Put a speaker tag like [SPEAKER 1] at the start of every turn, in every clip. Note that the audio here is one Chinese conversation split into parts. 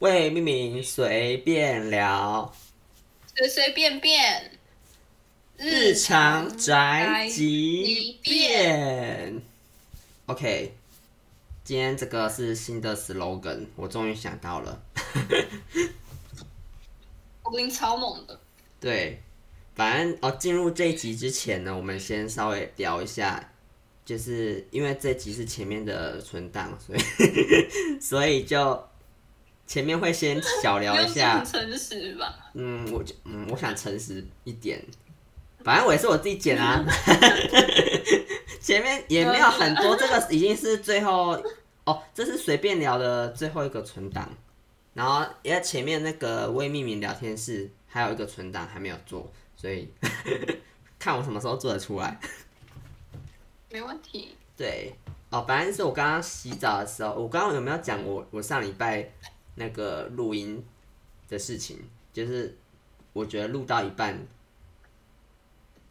[SPEAKER 1] 未命名随便聊，
[SPEAKER 2] 随随便便，
[SPEAKER 1] 日常宅急
[SPEAKER 2] 急
[SPEAKER 1] 便。OK，今天这个是新的 slogan，我终于想到了。
[SPEAKER 2] 我林超猛的，
[SPEAKER 1] 对，反正哦，进入这一集之前呢，我们先稍微聊一下，就是因为这集是前面的存档，所以 所以就前面会先小
[SPEAKER 2] 不
[SPEAKER 1] 聊一
[SPEAKER 2] 用这
[SPEAKER 1] 下
[SPEAKER 2] 么。诚实吧？
[SPEAKER 1] 嗯，我就嗯，我想诚实一点，反正我也是我自己剪啊。 前面也没有很多，这个已经是最后哦，这是随便聊的最后一个存档。然后因为前面那个未命名聊天室还有一个存档还没有做，所以 看我什么时候做得出来。
[SPEAKER 2] 没问题。
[SPEAKER 1] 对，哦，反正是我刚刚洗澡的时候，我刚刚有没有讲我我上礼拜那个录音的事情？就是我觉得录到一半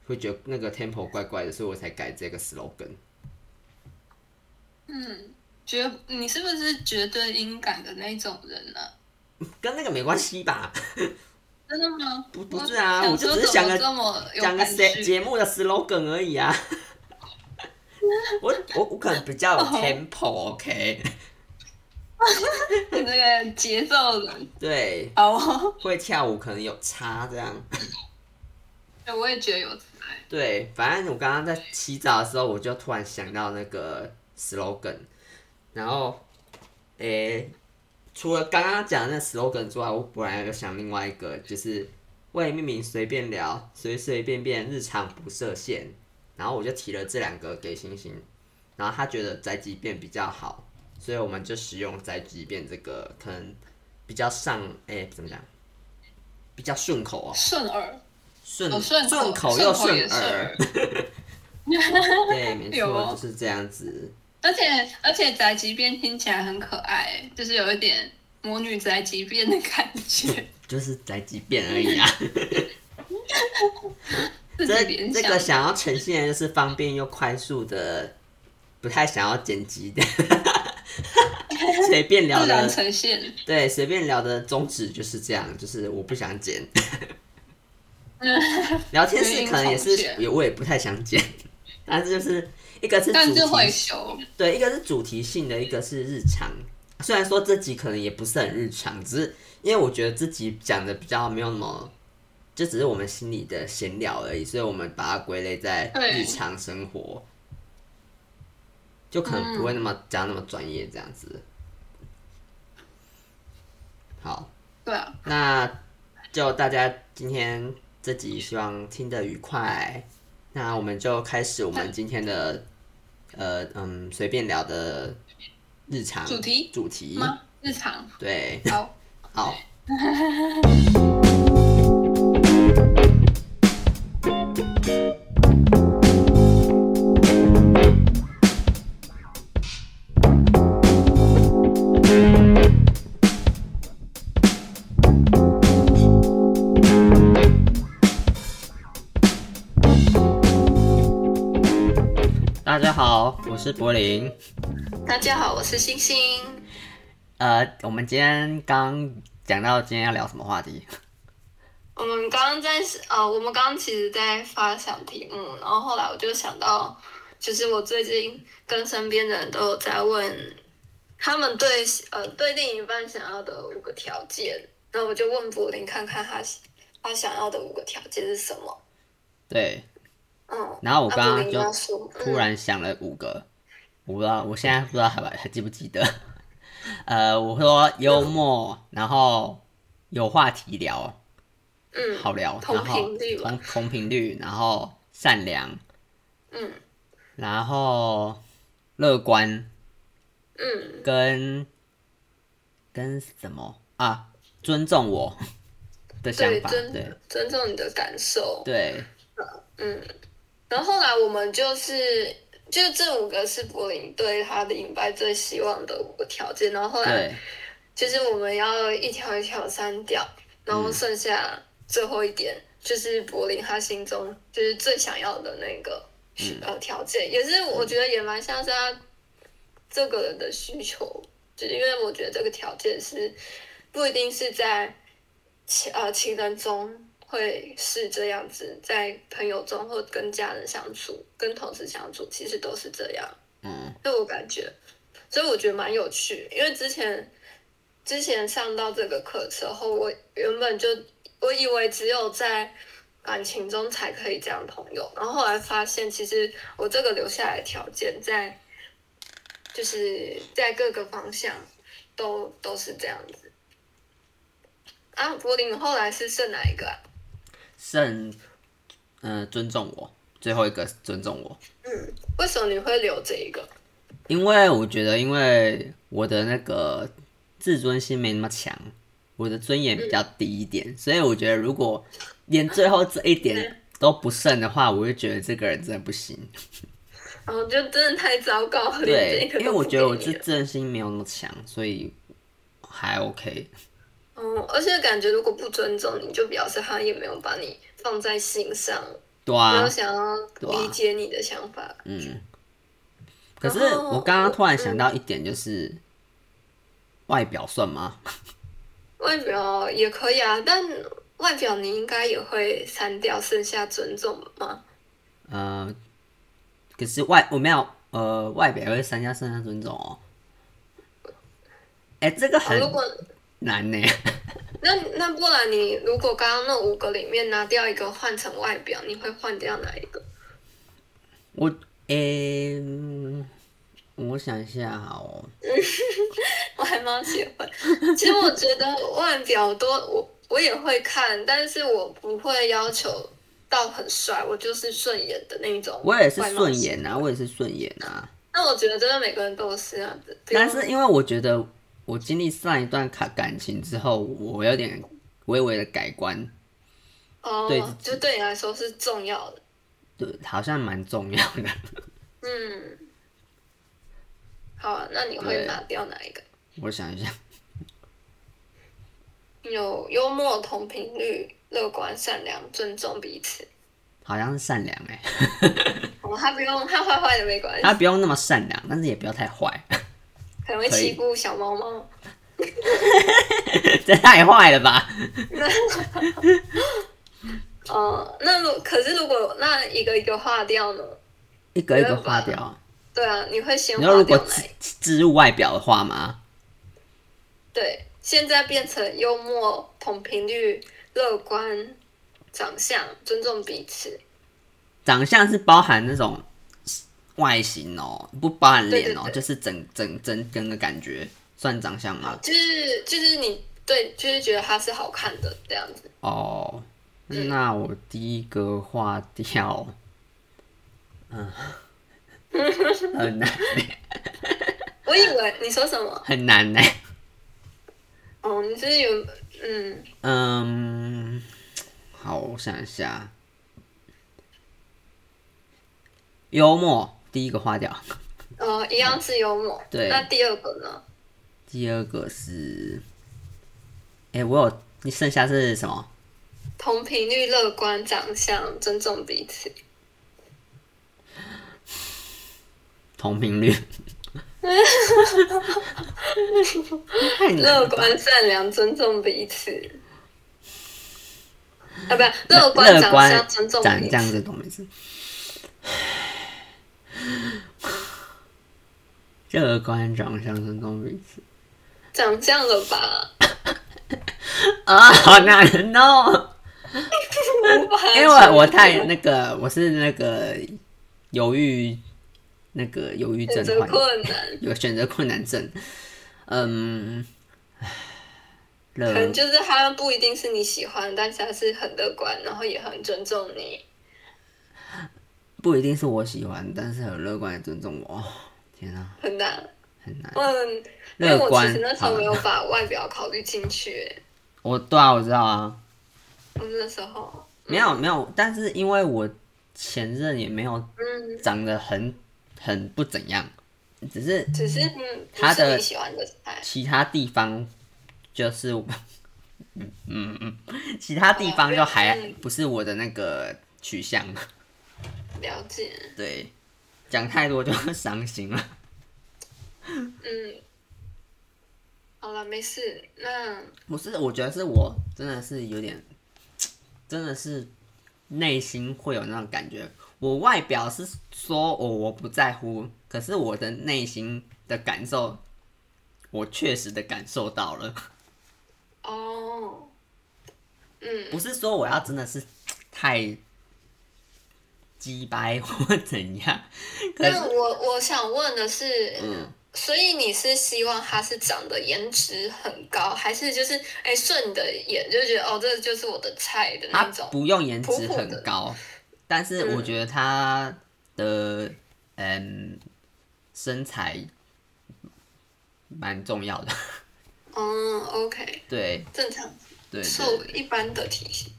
[SPEAKER 1] 会觉得那个 tempo 怪怪的，所以我才改这个 slogan。
[SPEAKER 2] 嗯绝，你是不是绝对音感的那种人呢、
[SPEAKER 1] 跟那个没关系吧？
[SPEAKER 2] 真的吗？
[SPEAKER 1] 不不是啊我就
[SPEAKER 2] 说
[SPEAKER 1] 只是想个
[SPEAKER 2] 怎么这么有
[SPEAKER 1] 讲个
[SPEAKER 2] 感
[SPEAKER 1] 节
[SPEAKER 2] 觉。
[SPEAKER 1] 节目的 slogan 而已啊。我我我可能比较有
[SPEAKER 2] 哦
[SPEAKER 1] tempo，OK？、
[SPEAKER 2] 你这个节奏的，
[SPEAKER 1] 对，
[SPEAKER 2] 好、哦，
[SPEAKER 1] 会跳舞可能有差这样。
[SPEAKER 2] 我也觉得有才。
[SPEAKER 1] 对，反正我刚刚在洗澡的时候，我就突然想到那个 slogan，然后，诶、除了刚刚讲的那 slogan 之外，我本来有想另外一个，就是为命名随便聊，随随便便，日常不设限。然后我就提了这两个给星星，然后他觉得宅急便比较好，所以我们就使用宅急便这个，可能比较上，诶、怎么讲，比较顺口哦，
[SPEAKER 2] 顺耳，
[SPEAKER 1] 顺
[SPEAKER 2] 哦顺口
[SPEAKER 1] 口
[SPEAKER 2] 口
[SPEAKER 1] 又
[SPEAKER 2] 也
[SPEAKER 1] 顺
[SPEAKER 2] 顺
[SPEAKER 1] 耳。
[SPEAKER 2] 耳
[SPEAKER 1] 对，没
[SPEAKER 2] 有
[SPEAKER 1] 错，
[SPEAKER 2] 哦
[SPEAKER 1] 就是这样子。
[SPEAKER 2] 而且而且宅急便听起来很可爱，就是有一点魔女宅急便的感 觉。
[SPEAKER 1] 就是宅急便而已啊，
[SPEAKER 2] 自己
[SPEAKER 1] 这
[SPEAKER 2] 联
[SPEAKER 1] 这
[SPEAKER 2] 想
[SPEAKER 1] 个想要呈现的就是方便又快速的，不太想要剪辑的， 随便聊
[SPEAKER 2] 自然
[SPEAKER 1] 的，
[SPEAKER 2] 呈现。
[SPEAKER 1] 对，随便聊的宗旨就是这样，就是我不想 剪。聊天室可能也是
[SPEAKER 2] 原因重，
[SPEAKER 1] 也我也不太想剪， 但是就是一个是
[SPEAKER 2] 但
[SPEAKER 1] 主
[SPEAKER 2] 是
[SPEAKER 1] 题
[SPEAKER 2] 会修，
[SPEAKER 1] 对，一个是主题性的，一个是日常。虽然说这集可能也不是很日常，只是因为我觉得这集讲的比较没有那么，就只是我们心里的闲聊而已，所以我们把它归类在
[SPEAKER 2] 对
[SPEAKER 1] 日常生活，就可能不会那么讲那么专业这样子。好，
[SPEAKER 2] 对啊，
[SPEAKER 1] 那就大家今天这集希望听得愉快，那我们就开始我们今天的呃嗯随便聊的日常
[SPEAKER 2] 主题
[SPEAKER 1] 主题
[SPEAKER 2] 吗？日常
[SPEAKER 1] 对，
[SPEAKER 2] 好，
[SPEAKER 1] 好，大家好，我是柏林。
[SPEAKER 2] 大家好，我是星星。
[SPEAKER 1] 呃，我们今天刚讲到今天要聊什么话题？
[SPEAKER 2] 我们刚刚在呃，我们刚刚其实在发想题目，然后后来我就想到，就是我最近跟身边的人都有在问，他们对呃对另一半想要的五个条件，然后我就问柏林看看他他想要的五个条件是什么。
[SPEAKER 1] 对，
[SPEAKER 2] 嗯，
[SPEAKER 1] 然后我
[SPEAKER 2] 啊
[SPEAKER 1] 刚
[SPEAKER 2] 柏
[SPEAKER 1] 刚
[SPEAKER 2] 林
[SPEAKER 1] 就
[SPEAKER 2] 要说
[SPEAKER 1] 突然想了五个，我不知道，我现在不知道还还记不记得。呃，我说幽默，然后有话题聊，
[SPEAKER 2] 嗯
[SPEAKER 1] 好聊，
[SPEAKER 2] 同
[SPEAKER 1] 然后
[SPEAKER 2] 频率吧
[SPEAKER 1] 同同频率，然后善良，
[SPEAKER 2] 嗯
[SPEAKER 1] 然后乐观，
[SPEAKER 2] 嗯
[SPEAKER 1] 跟跟什么啊？尊重我的想
[SPEAKER 2] 对
[SPEAKER 1] 法，
[SPEAKER 2] 尊
[SPEAKER 1] 对
[SPEAKER 2] 尊重你的感受。
[SPEAKER 1] 对
[SPEAKER 2] 然后后来我们就是，就这五个是柏林对他的影白最希望的五个条件。然后后来
[SPEAKER 1] 对
[SPEAKER 2] 就是我们要一条一条删掉，然后剩下最后一点、就是柏林他心中就是最想要的那个需呃条件，也是我觉得也蛮像是他这个人的需求，就是因为我觉得这个条件是不一定是在情呃情人中会是这样子，在朋友中或跟家人相处、跟同事相处，其实都是这样。
[SPEAKER 1] 嗯，
[SPEAKER 2] 就我感觉，所以我觉得蛮有趣。因为之前之前上到这个课之后，我原本就我以为只有在感情中才可以这样朋友，然后后来发现，其实我这个留下来的条件在就是在各个方向都都是这样子。啊，柏林后来是剩哪一个啊？
[SPEAKER 1] 剩嗯、呃尊重我，最后一个尊重我，
[SPEAKER 2] 嗯，为什么你会留这一个？
[SPEAKER 1] 因为我觉得，因为我的那个自尊心没那么强，我的尊严比
[SPEAKER 2] 嗯
[SPEAKER 1] 较低一点，所以我觉得如果连最后这一
[SPEAKER 2] 嗯
[SPEAKER 1] 点都不剩的话，我会觉得这个人真的不行。
[SPEAKER 2] 然后哦就真的太糟糕了，连
[SPEAKER 1] 对
[SPEAKER 2] 这，个
[SPEAKER 1] 因
[SPEAKER 2] 都
[SPEAKER 1] 为
[SPEAKER 2] 不
[SPEAKER 1] 我觉得我
[SPEAKER 2] 给你
[SPEAKER 1] 自
[SPEAKER 2] 了
[SPEAKER 1] 自尊心没有那么强，所以还 OK。
[SPEAKER 2] 嗯，而且感觉如果不尊重你，就表示他也没有把你放在心上，
[SPEAKER 1] 对
[SPEAKER 2] 没有
[SPEAKER 1] 啊，
[SPEAKER 2] 想要
[SPEAKER 1] 对啊
[SPEAKER 2] 理解你的想法。
[SPEAKER 1] 嗯。可是
[SPEAKER 2] 然后嗯
[SPEAKER 1] 我刚刚突然想到一点，就是外表算吗？
[SPEAKER 2] 外表也可以啊，但外表你应该也会删掉，剩下尊重吗？
[SPEAKER 1] 呃，可是外我没有呃外表会三加三加尊重哦。哎、这个
[SPEAKER 2] 啊
[SPEAKER 1] 很
[SPEAKER 2] 如果
[SPEAKER 1] 难呢、
[SPEAKER 2] 那那不然你如果刚刚那五个里面拿掉一个换成外表，你会换掉哪一个？
[SPEAKER 1] 我哎、嗯我想一下哦，
[SPEAKER 2] 我还蛮喜欢。其实我觉 得外表多，我我也会看，但是我不会要求到很帅，我就是顺眼的那一种。
[SPEAKER 1] 我也是顺。眼啊，我也是顺眼啊。
[SPEAKER 2] 那我觉得真的每个人都是啊，不用
[SPEAKER 1] 但是因为我觉得我经历上一段感感情之后，我有点微微的改观，对
[SPEAKER 2] 哦，就对你来说是重要的。
[SPEAKER 1] 对，好像蛮重要的。
[SPEAKER 2] 嗯，好啊，那你会
[SPEAKER 1] 对
[SPEAKER 2] 拿掉哪一个？
[SPEAKER 1] 我想一下，
[SPEAKER 2] 有幽默、同频率、乐观、善良、尊重彼此。
[SPEAKER 1] 好像是善良哎、
[SPEAKER 2] 哦，他不用，他坏坏的没关系
[SPEAKER 1] 他，不用那么善良，但是也不要太坏，
[SPEAKER 2] 可能会
[SPEAKER 1] 可以
[SPEAKER 2] 欺负小猫猫。
[SPEAKER 1] 这太坏了吧？
[SPEAKER 2] 哦，那如可是如果那一个一个划掉呢？
[SPEAKER 1] 一个一个划掉啊。
[SPEAKER 2] 对啊，你会先
[SPEAKER 1] 你说
[SPEAKER 2] 划
[SPEAKER 1] 如果
[SPEAKER 2] 掉哪
[SPEAKER 1] 植
[SPEAKER 2] 一个？
[SPEAKER 1] 植入外表的话吗？
[SPEAKER 2] 对，现在变成幽默、同频率、乐观、长相、尊重彼此。
[SPEAKER 1] 长相是包含那种外形哦、不包含脸哦、
[SPEAKER 2] 对对对
[SPEAKER 1] 就是整整整整个感觉算长相吗？
[SPEAKER 2] 就是就是你对，就是觉得他是好看的这样子。
[SPEAKER 1] 哦，
[SPEAKER 2] 嗯
[SPEAKER 1] 那我第一个划掉，嗯，很难
[SPEAKER 2] 我以为你说什么？
[SPEAKER 1] 很难欸呢、
[SPEAKER 2] 哦，你就是有嗯，
[SPEAKER 1] 嗯，好，我想一下，幽默第一个划掉，
[SPEAKER 2] 哦，一样是幽默。
[SPEAKER 1] 对
[SPEAKER 2] 那第二个呢？
[SPEAKER 1] 第二个是，哎、我有，你剩下是什么？
[SPEAKER 2] 同频率、乐观、长相、尊重彼此。
[SPEAKER 1] 同频 率，太难
[SPEAKER 2] 乐
[SPEAKER 1] 了吧
[SPEAKER 2] 观、善良、尊重彼此。啊，不，乐
[SPEAKER 1] 乐
[SPEAKER 2] 观、
[SPEAKER 1] 乐
[SPEAKER 2] 长
[SPEAKER 1] 观
[SPEAKER 2] 相、尊重
[SPEAKER 1] 长
[SPEAKER 2] 彼
[SPEAKER 1] 这样
[SPEAKER 2] 此。
[SPEAKER 1] 子懂没事。乐观长相尊重彼此
[SPEAKER 2] 长相了 吧？
[SPEAKER 1] 啊，好难哦！因为我我太那个，我是那个犹豫，那个忧郁症
[SPEAKER 2] 选择
[SPEAKER 1] 患者，
[SPEAKER 2] 困难，
[SPEAKER 1] 有选择困难症。嗯，唉
[SPEAKER 2] 可
[SPEAKER 1] 乐
[SPEAKER 2] 能就是他不一定是你喜欢，但是他是很乐观，然后也很尊重你。
[SPEAKER 1] 不一定是我喜欢，但是很乐观的尊重我。天啊，
[SPEAKER 2] 很难，
[SPEAKER 1] 很难。
[SPEAKER 2] 嗯，因为
[SPEAKER 1] 乐
[SPEAKER 2] 我
[SPEAKER 1] 观
[SPEAKER 2] 其实那时候
[SPEAKER 1] 好
[SPEAKER 2] 没有把外表考虑进去，
[SPEAKER 1] 我对啊，我知道啊。
[SPEAKER 2] 我那时候，
[SPEAKER 1] 没有没有，但是因为我前任也没有
[SPEAKER 2] 嗯，
[SPEAKER 1] 长得很很不怎样，只是
[SPEAKER 2] 只是嗯，不
[SPEAKER 1] 他
[SPEAKER 2] 是
[SPEAKER 1] 的
[SPEAKER 2] 你喜欢的菜，
[SPEAKER 1] 其他地方就是 我，嗯嗯嗯，其他地方就还
[SPEAKER 2] 嗯
[SPEAKER 1] 不是我的那个取向。
[SPEAKER 2] 了解，
[SPEAKER 1] 对，讲太多就会伤心了。
[SPEAKER 2] 嗯，好了，没事。那
[SPEAKER 1] 我是我觉得是我真的是有点，真的是内心会有那种感觉。我外表是说我我不在乎，可是我的内心的感受，我确实的感受到了。
[SPEAKER 2] 哦，嗯，
[SPEAKER 1] 不是说我要真的是太鸡掰或怎样，可
[SPEAKER 2] 那
[SPEAKER 1] 是
[SPEAKER 2] 我我想问的是，
[SPEAKER 1] 嗯，
[SPEAKER 2] 所以你是希望他是长得颜值很高，还是就是哎顺你的眼，就觉得哦这就是我的菜的
[SPEAKER 1] 他
[SPEAKER 2] 那种？
[SPEAKER 1] 不用颜值
[SPEAKER 2] 普普
[SPEAKER 1] 很
[SPEAKER 2] 的
[SPEAKER 1] 高，但是我觉得他的嗯身材蛮重要的，
[SPEAKER 2] 嗯，OK，
[SPEAKER 1] 对
[SPEAKER 2] 正常
[SPEAKER 1] 对
[SPEAKER 2] 瘦
[SPEAKER 1] 对
[SPEAKER 2] 一般的体型。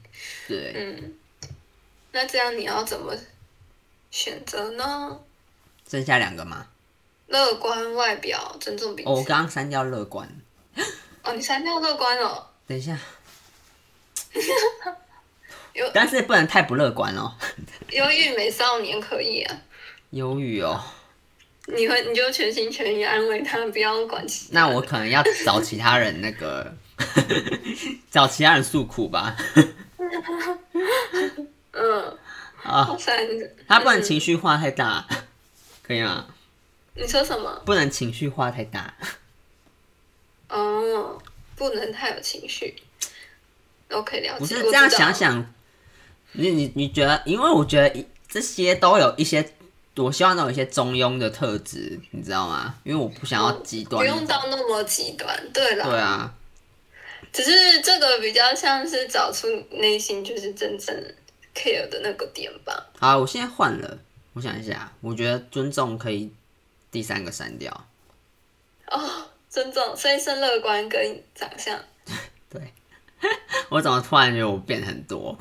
[SPEAKER 1] 对，
[SPEAKER 2] 嗯，那这样你要怎么选择呢？
[SPEAKER 1] 剩下两个嘛，
[SPEAKER 2] 乐观外表，尊重彼此。
[SPEAKER 1] 哦，我刚刚删掉乐观，
[SPEAKER 2] 哦，你删掉乐观了，
[SPEAKER 1] 等一下
[SPEAKER 2] 有，
[SPEAKER 1] 但是不能太不乐观哦，
[SPEAKER 2] 忧郁美少年可以啊，
[SPEAKER 1] 忧郁哦，
[SPEAKER 2] 你会你就全心全意安慰他，不要管其他
[SPEAKER 1] 那我可能要找其他人那个， 找其他人诉苦吧。
[SPEAKER 2] 嗯，
[SPEAKER 1] 啊，
[SPEAKER 2] 三，
[SPEAKER 1] 他不能情绪化太大，可以吗？
[SPEAKER 2] 你说什么？
[SPEAKER 1] 不能情绪化太大。
[SPEAKER 2] 哦，不能太有情绪。OK，了解。
[SPEAKER 1] 我是
[SPEAKER 2] 知
[SPEAKER 1] 这样
[SPEAKER 2] 道
[SPEAKER 1] 想，想，你你你觉得？因为我觉得这些都有一些，我希望都有一些中庸的特质，你知道吗？因为我不想要极端
[SPEAKER 2] 嗯不
[SPEAKER 1] 那种。
[SPEAKER 2] 用到那么极端。对了，
[SPEAKER 1] 对啊，
[SPEAKER 2] 只是这个比较像是找出内心就是真正 care 的那个点吧。
[SPEAKER 1] 好，我现在换了，我想一下，我觉得尊重可以第三个删掉。
[SPEAKER 2] 哦，尊重，所以是乐观跟长相。
[SPEAKER 1] 我怎么突然觉得我变很多？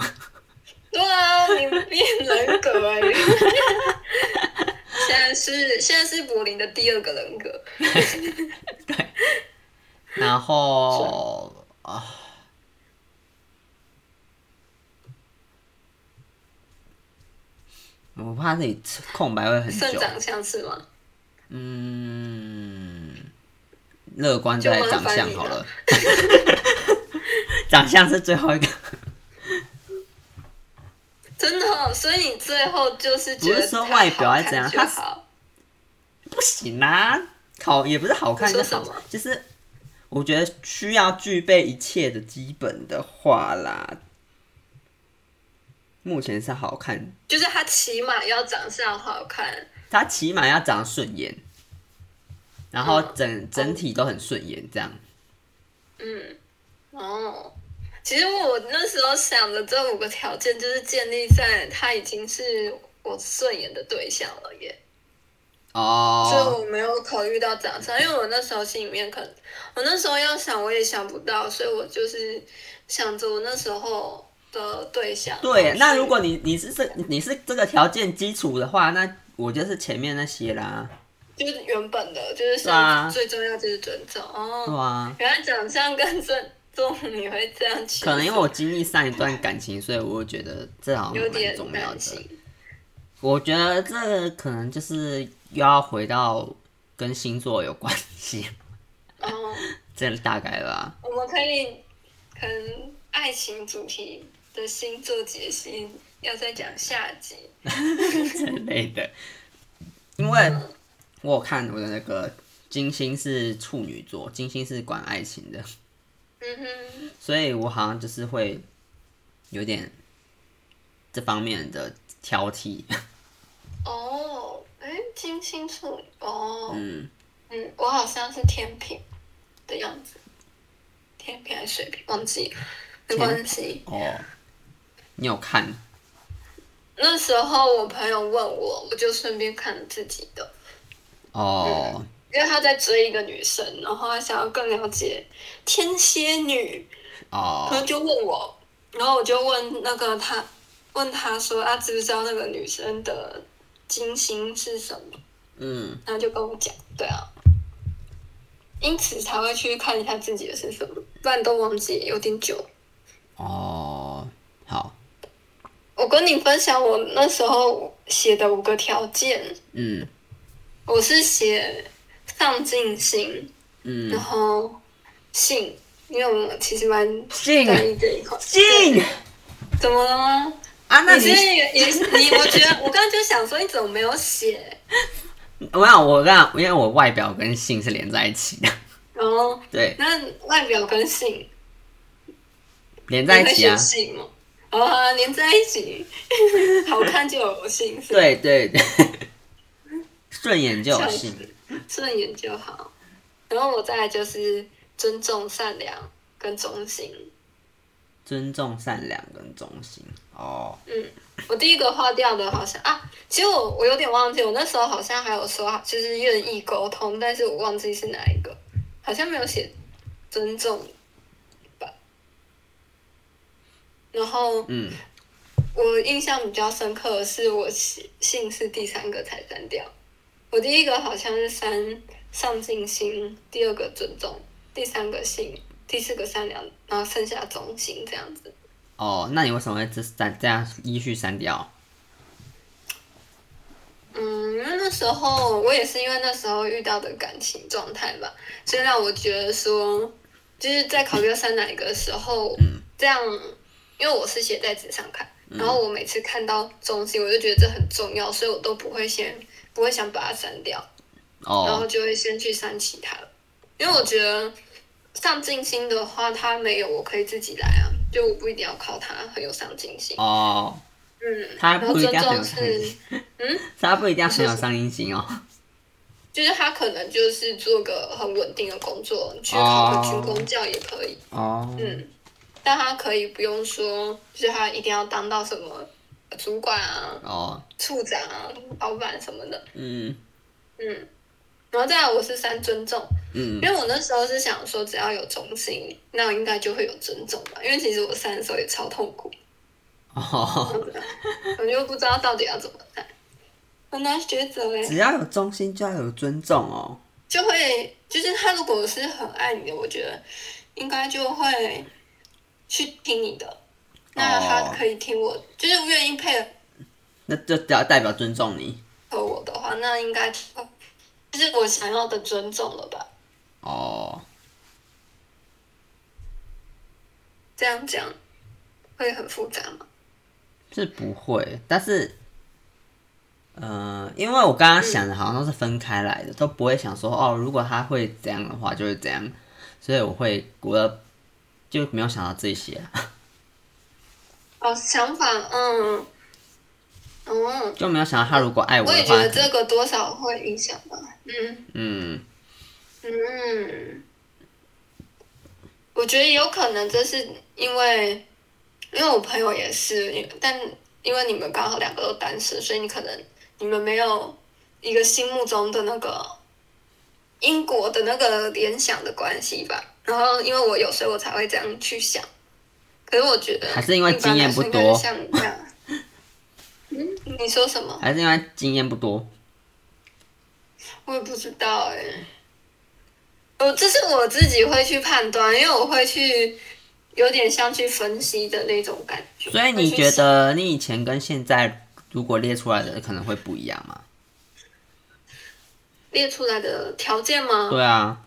[SPEAKER 2] 对啊，你变人格哎、 现在是现在是柏林的第二个人格，
[SPEAKER 1] 然后啊，我怕自己空白会很
[SPEAKER 2] 算
[SPEAKER 1] 久。
[SPEAKER 2] 长相是吗？
[SPEAKER 1] 嗯，乐观再来
[SPEAKER 2] 就麻
[SPEAKER 1] 长
[SPEAKER 2] 烦
[SPEAKER 1] 相
[SPEAKER 2] 你
[SPEAKER 1] 好
[SPEAKER 2] 了
[SPEAKER 1] 了，
[SPEAKER 2] 啊
[SPEAKER 1] 长相是最后一个，
[SPEAKER 2] 真的哦、所以你最后就是觉
[SPEAKER 1] 不
[SPEAKER 2] 得
[SPEAKER 1] 是说
[SPEAKER 2] 他
[SPEAKER 1] 外表
[SPEAKER 2] 好
[SPEAKER 1] 还
[SPEAKER 2] 看
[SPEAKER 1] 怎样
[SPEAKER 2] 就
[SPEAKER 1] 他
[SPEAKER 2] 好，
[SPEAKER 1] 不行啊，好也不是好看
[SPEAKER 2] 你
[SPEAKER 1] 就
[SPEAKER 2] 说
[SPEAKER 1] 好
[SPEAKER 2] 什么，
[SPEAKER 1] 就是我觉得需要具备一切的基本的话啦。目前是好看，
[SPEAKER 2] 就是他起码要长相好看，
[SPEAKER 1] 他起码要长得顺眼，然后
[SPEAKER 2] 嗯
[SPEAKER 1] 整、整体都很顺眼，这样
[SPEAKER 2] 嗯，哦。其实我那时候想的这五个条件，就是建立在他已经是我顺眼的对象了耶。所以
[SPEAKER 1] 哦，
[SPEAKER 2] 我没有考虑到长相，因为我那时候心里面可能，我那时候要想我也想不到，所以我就是想着我那时候的对象。
[SPEAKER 1] 对。
[SPEAKER 2] 然后
[SPEAKER 1] 那
[SPEAKER 2] 去
[SPEAKER 1] 如果你你是这你是这个条件基础的话，那我就是前面那些啦，
[SPEAKER 2] 就是原本的，就是
[SPEAKER 1] 对啊
[SPEAKER 2] 像最重要就是尊重
[SPEAKER 1] 对
[SPEAKER 2] 哦。
[SPEAKER 1] 啊。
[SPEAKER 2] 原来长相跟尊重你会这样去，
[SPEAKER 1] 可能因为我经历上一段感情，所以我觉得这好像
[SPEAKER 2] 有
[SPEAKER 1] 蛮
[SPEAKER 2] 点
[SPEAKER 1] 重要
[SPEAKER 2] 担
[SPEAKER 1] 的。
[SPEAKER 2] 心。
[SPEAKER 1] 我觉得这个可能就是又要回到跟星座有关系，
[SPEAKER 2] 哦，
[SPEAKER 1] 这大概 吧。
[SPEAKER 2] 我们可以可能爱情主题的星座解析要再讲下集。
[SPEAKER 1] 之类的。因为
[SPEAKER 2] 嗯
[SPEAKER 1] 我有看我的那个金星是处女座，金星是管爱情的，
[SPEAKER 2] 嗯哼，
[SPEAKER 1] 所以我好像就是会有点这方面的挑剔。
[SPEAKER 2] 哦，哎，金星处女哦。
[SPEAKER 1] 嗯，
[SPEAKER 2] 嗯，我好像是天平的样子，天平还是水瓶，忘记了，没关系。
[SPEAKER 1] 哦，你有看？
[SPEAKER 2] 那时候我朋友问我，我就顺便看了自己的，
[SPEAKER 1] 哦，
[SPEAKER 2] 因为他在追一个女生，然后他想要更了解天蝎女，然
[SPEAKER 1] 哦，
[SPEAKER 2] 后就问我，然后我就问那个他，问他说啊，知不知道那个女生的金星是什么？
[SPEAKER 1] 嗯，
[SPEAKER 2] 然后就跟我讲，对啊，因此才会去看一下自己的是什么，不然都忘记，有点久。
[SPEAKER 1] 哦，好，
[SPEAKER 2] 我跟你分享我那时候写的五个条件，
[SPEAKER 1] 嗯
[SPEAKER 2] 我是写上进心，
[SPEAKER 1] 嗯
[SPEAKER 2] 然后性，因为我们其实蛮
[SPEAKER 3] 性
[SPEAKER 2] 在意这一块。
[SPEAKER 3] 进
[SPEAKER 2] 对怎么了吗？
[SPEAKER 3] 啊，那
[SPEAKER 2] 你是
[SPEAKER 3] 你
[SPEAKER 2] 不是也也是你？我觉得我刚刚就想说，你怎么没有写？
[SPEAKER 1] 我想我让，因为我外表跟性是连在一起的，
[SPEAKER 2] 然后
[SPEAKER 1] 对，
[SPEAKER 2] 那外表跟性，
[SPEAKER 1] 连
[SPEAKER 2] 你
[SPEAKER 1] 在
[SPEAKER 2] 会
[SPEAKER 1] 一起啊
[SPEAKER 2] 写，性吗？啊，连在 一起，好看就有性，是吧
[SPEAKER 1] 对对对，顺眼就有性，
[SPEAKER 2] 顺眼就好。然后我再来就是尊重、善良跟忠心。
[SPEAKER 1] 尊重、善良跟忠心。哦，
[SPEAKER 2] 我第一个花掉的好像啊，其实我我有点忘记，我那时候好像还有说就是愿意沟通，但是我忘记是哪一个，好像没有写尊重吧。然后
[SPEAKER 1] 嗯，
[SPEAKER 2] 我印象比较深刻的是我姓姓是第三个才删掉，我第一个好像是删上进心，第二个尊重，第三个信，第四个善良，然后剩下忠心这样子。
[SPEAKER 1] 哦，那你为什么会这删这样依序删掉？
[SPEAKER 2] 嗯，因为那时候我也是因为那时候遇到的感情状态吧，所以让我觉得说，就是在考虑要删哪一个的时候，这样，因为我是写在纸上看，然后我每次看到东西，我就觉得这很重要，所以我都不会先不会想把它删掉，然后
[SPEAKER 1] 哦，
[SPEAKER 2] 就会先去删其他的，因为我觉得上进心的话，它没有我可以自己来啊，就我不一定要靠它很有上进心，
[SPEAKER 1] 哦，
[SPEAKER 2] 嗯，
[SPEAKER 1] 它
[SPEAKER 2] 然后
[SPEAKER 1] 不一
[SPEAKER 2] 尊
[SPEAKER 1] 定要很有
[SPEAKER 2] 重
[SPEAKER 1] 上进
[SPEAKER 2] 是嗯
[SPEAKER 1] 心。 它不一定要很有上进心哦。
[SPEAKER 2] 就是他可能就是做个很稳定的工作，去考个军工教也可以，
[SPEAKER 1] 哦，
[SPEAKER 2] 嗯，但他可以不用说，就是他一定要当到什么主管啊、
[SPEAKER 1] 哦，
[SPEAKER 2] 处长啊、老板什么的，
[SPEAKER 1] 嗯
[SPEAKER 2] 嗯。然后再来我是三尊重，
[SPEAKER 1] 嗯
[SPEAKER 2] 因，为我那时候是想说，只要有忠心，那我应该就会有尊重吧。因为其实我删的时候也超痛苦，
[SPEAKER 1] 哦，
[SPEAKER 2] 我就不知道到底要怎么删。很难抉择哎、
[SPEAKER 1] 只要有忠心就要有尊重哦。
[SPEAKER 2] 就会就是他如果是很爱你的，我觉得应该就会去听你的。那他可以听我，就是愿意配
[SPEAKER 1] 那就代代表尊重你
[SPEAKER 2] 合我的话，那应该就是我想要的尊重了吧？
[SPEAKER 1] 哦。
[SPEAKER 2] 这样讲会很复杂吗？
[SPEAKER 1] 是不会，但是，呃，因为我刚刚想的好像都是分开来的，都不会想说哦，如果他会这样的话就会这样，所以我会我就没有想到这些，啊
[SPEAKER 2] 哦，想法，嗯，嗯，
[SPEAKER 1] 就没有想到他如果爱我
[SPEAKER 2] 我
[SPEAKER 1] 的
[SPEAKER 2] 也
[SPEAKER 1] 话
[SPEAKER 2] 觉，得这个多少会影响吧。嗯
[SPEAKER 1] 嗯，
[SPEAKER 2] 嗯，我觉得有可能这是因为。因为我朋友也是，但因为你们刚好两个都单身，所以你可能你们没有一个心目中的那个因果的那个联想的关系吧。然后因为我有，所以我才会这样去想。可是我觉得
[SPEAKER 1] 还是因为经验不多
[SPEAKER 2] 一般来说应该是像你这样，嗯，你说什么？
[SPEAKER 1] 还是因为经验不多，
[SPEAKER 2] 我也不知道哎、我这是我自己会去判断，因为我会去有点像去分析的那种感觉。
[SPEAKER 1] 所以
[SPEAKER 2] 会
[SPEAKER 1] 你
[SPEAKER 2] 去
[SPEAKER 1] 觉
[SPEAKER 2] 想
[SPEAKER 1] 得你以前跟现在如果列出来的可能会不一样吗？
[SPEAKER 2] 列出来的条件吗？
[SPEAKER 1] 对啊，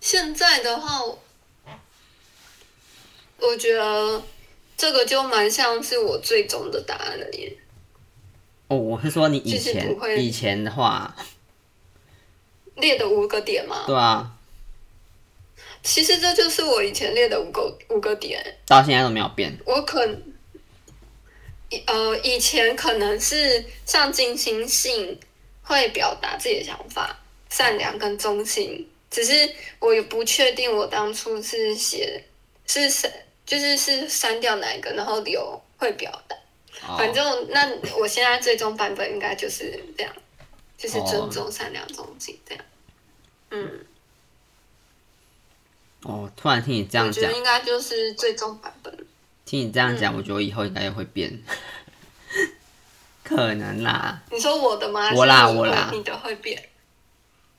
[SPEAKER 2] 现在的话，我觉得这个就蛮像是我最终的答案了耶。
[SPEAKER 1] 哦，我是说你以
[SPEAKER 2] 就是
[SPEAKER 1] 前
[SPEAKER 2] 不会
[SPEAKER 1] 以前的话，
[SPEAKER 2] 列的五个点嘛，
[SPEAKER 1] 对啊，
[SPEAKER 2] 其实这就是我以前列的五个五个点。
[SPEAKER 1] 到现在都没有变，
[SPEAKER 2] 我可以呃以前可能是上进心性会表达自己的想法，善良跟忠心，只是我也不确定我当初是写是删，就是是删掉哪一个，然后留会表达。
[SPEAKER 1] 哦、
[SPEAKER 2] 反正那我现在最终版本应该就是这样，就是尊重、善良、忠心这样。嗯，
[SPEAKER 1] 哦，突然听你这样
[SPEAKER 2] 我觉
[SPEAKER 1] 讲
[SPEAKER 2] 得。应该就是最终版本。
[SPEAKER 1] 听你这样
[SPEAKER 2] 嗯
[SPEAKER 1] 讲，我觉得我以后应该也会变， 可能啦。
[SPEAKER 2] 你说我的吗？还是
[SPEAKER 1] 我啦
[SPEAKER 2] 你会
[SPEAKER 1] 我啦
[SPEAKER 2] 你的会变。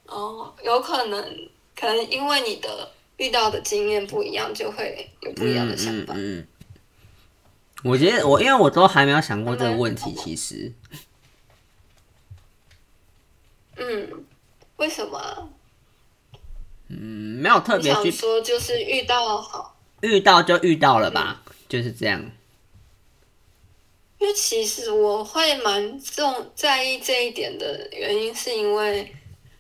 [SPEAKER 2] 哦，有可能，可能因为你的遇到的经验不一样，就会有不一样的想
[SPEAKER 1] 嗯
[SPEAKER 2] 法。
[SPEAKER 1] 嗯嗯。我觉得我因为我都还没有想过这
[SPEAKER 2] 嗯
[SPEAKER 1] 个问题，其实
[SPEAKER 2] 嗯，为什么啊？
[SPEAKER 1] 嗯，没有特
[SPEAKER 2] 我
[SPEAKER 1] 别
[SPEAKER 2] 想
[SPEAKER 1] 去
[SPEAKER 2] 说就是遇到好，
[SPEAKER 1] 遇到就遇到了吧，
[SPEAKER 2] 嗯
[SPEAKER 1] 就是这样。
[SPEAKER 2] 因为其实我会蛮重在意这一点的原因，是因为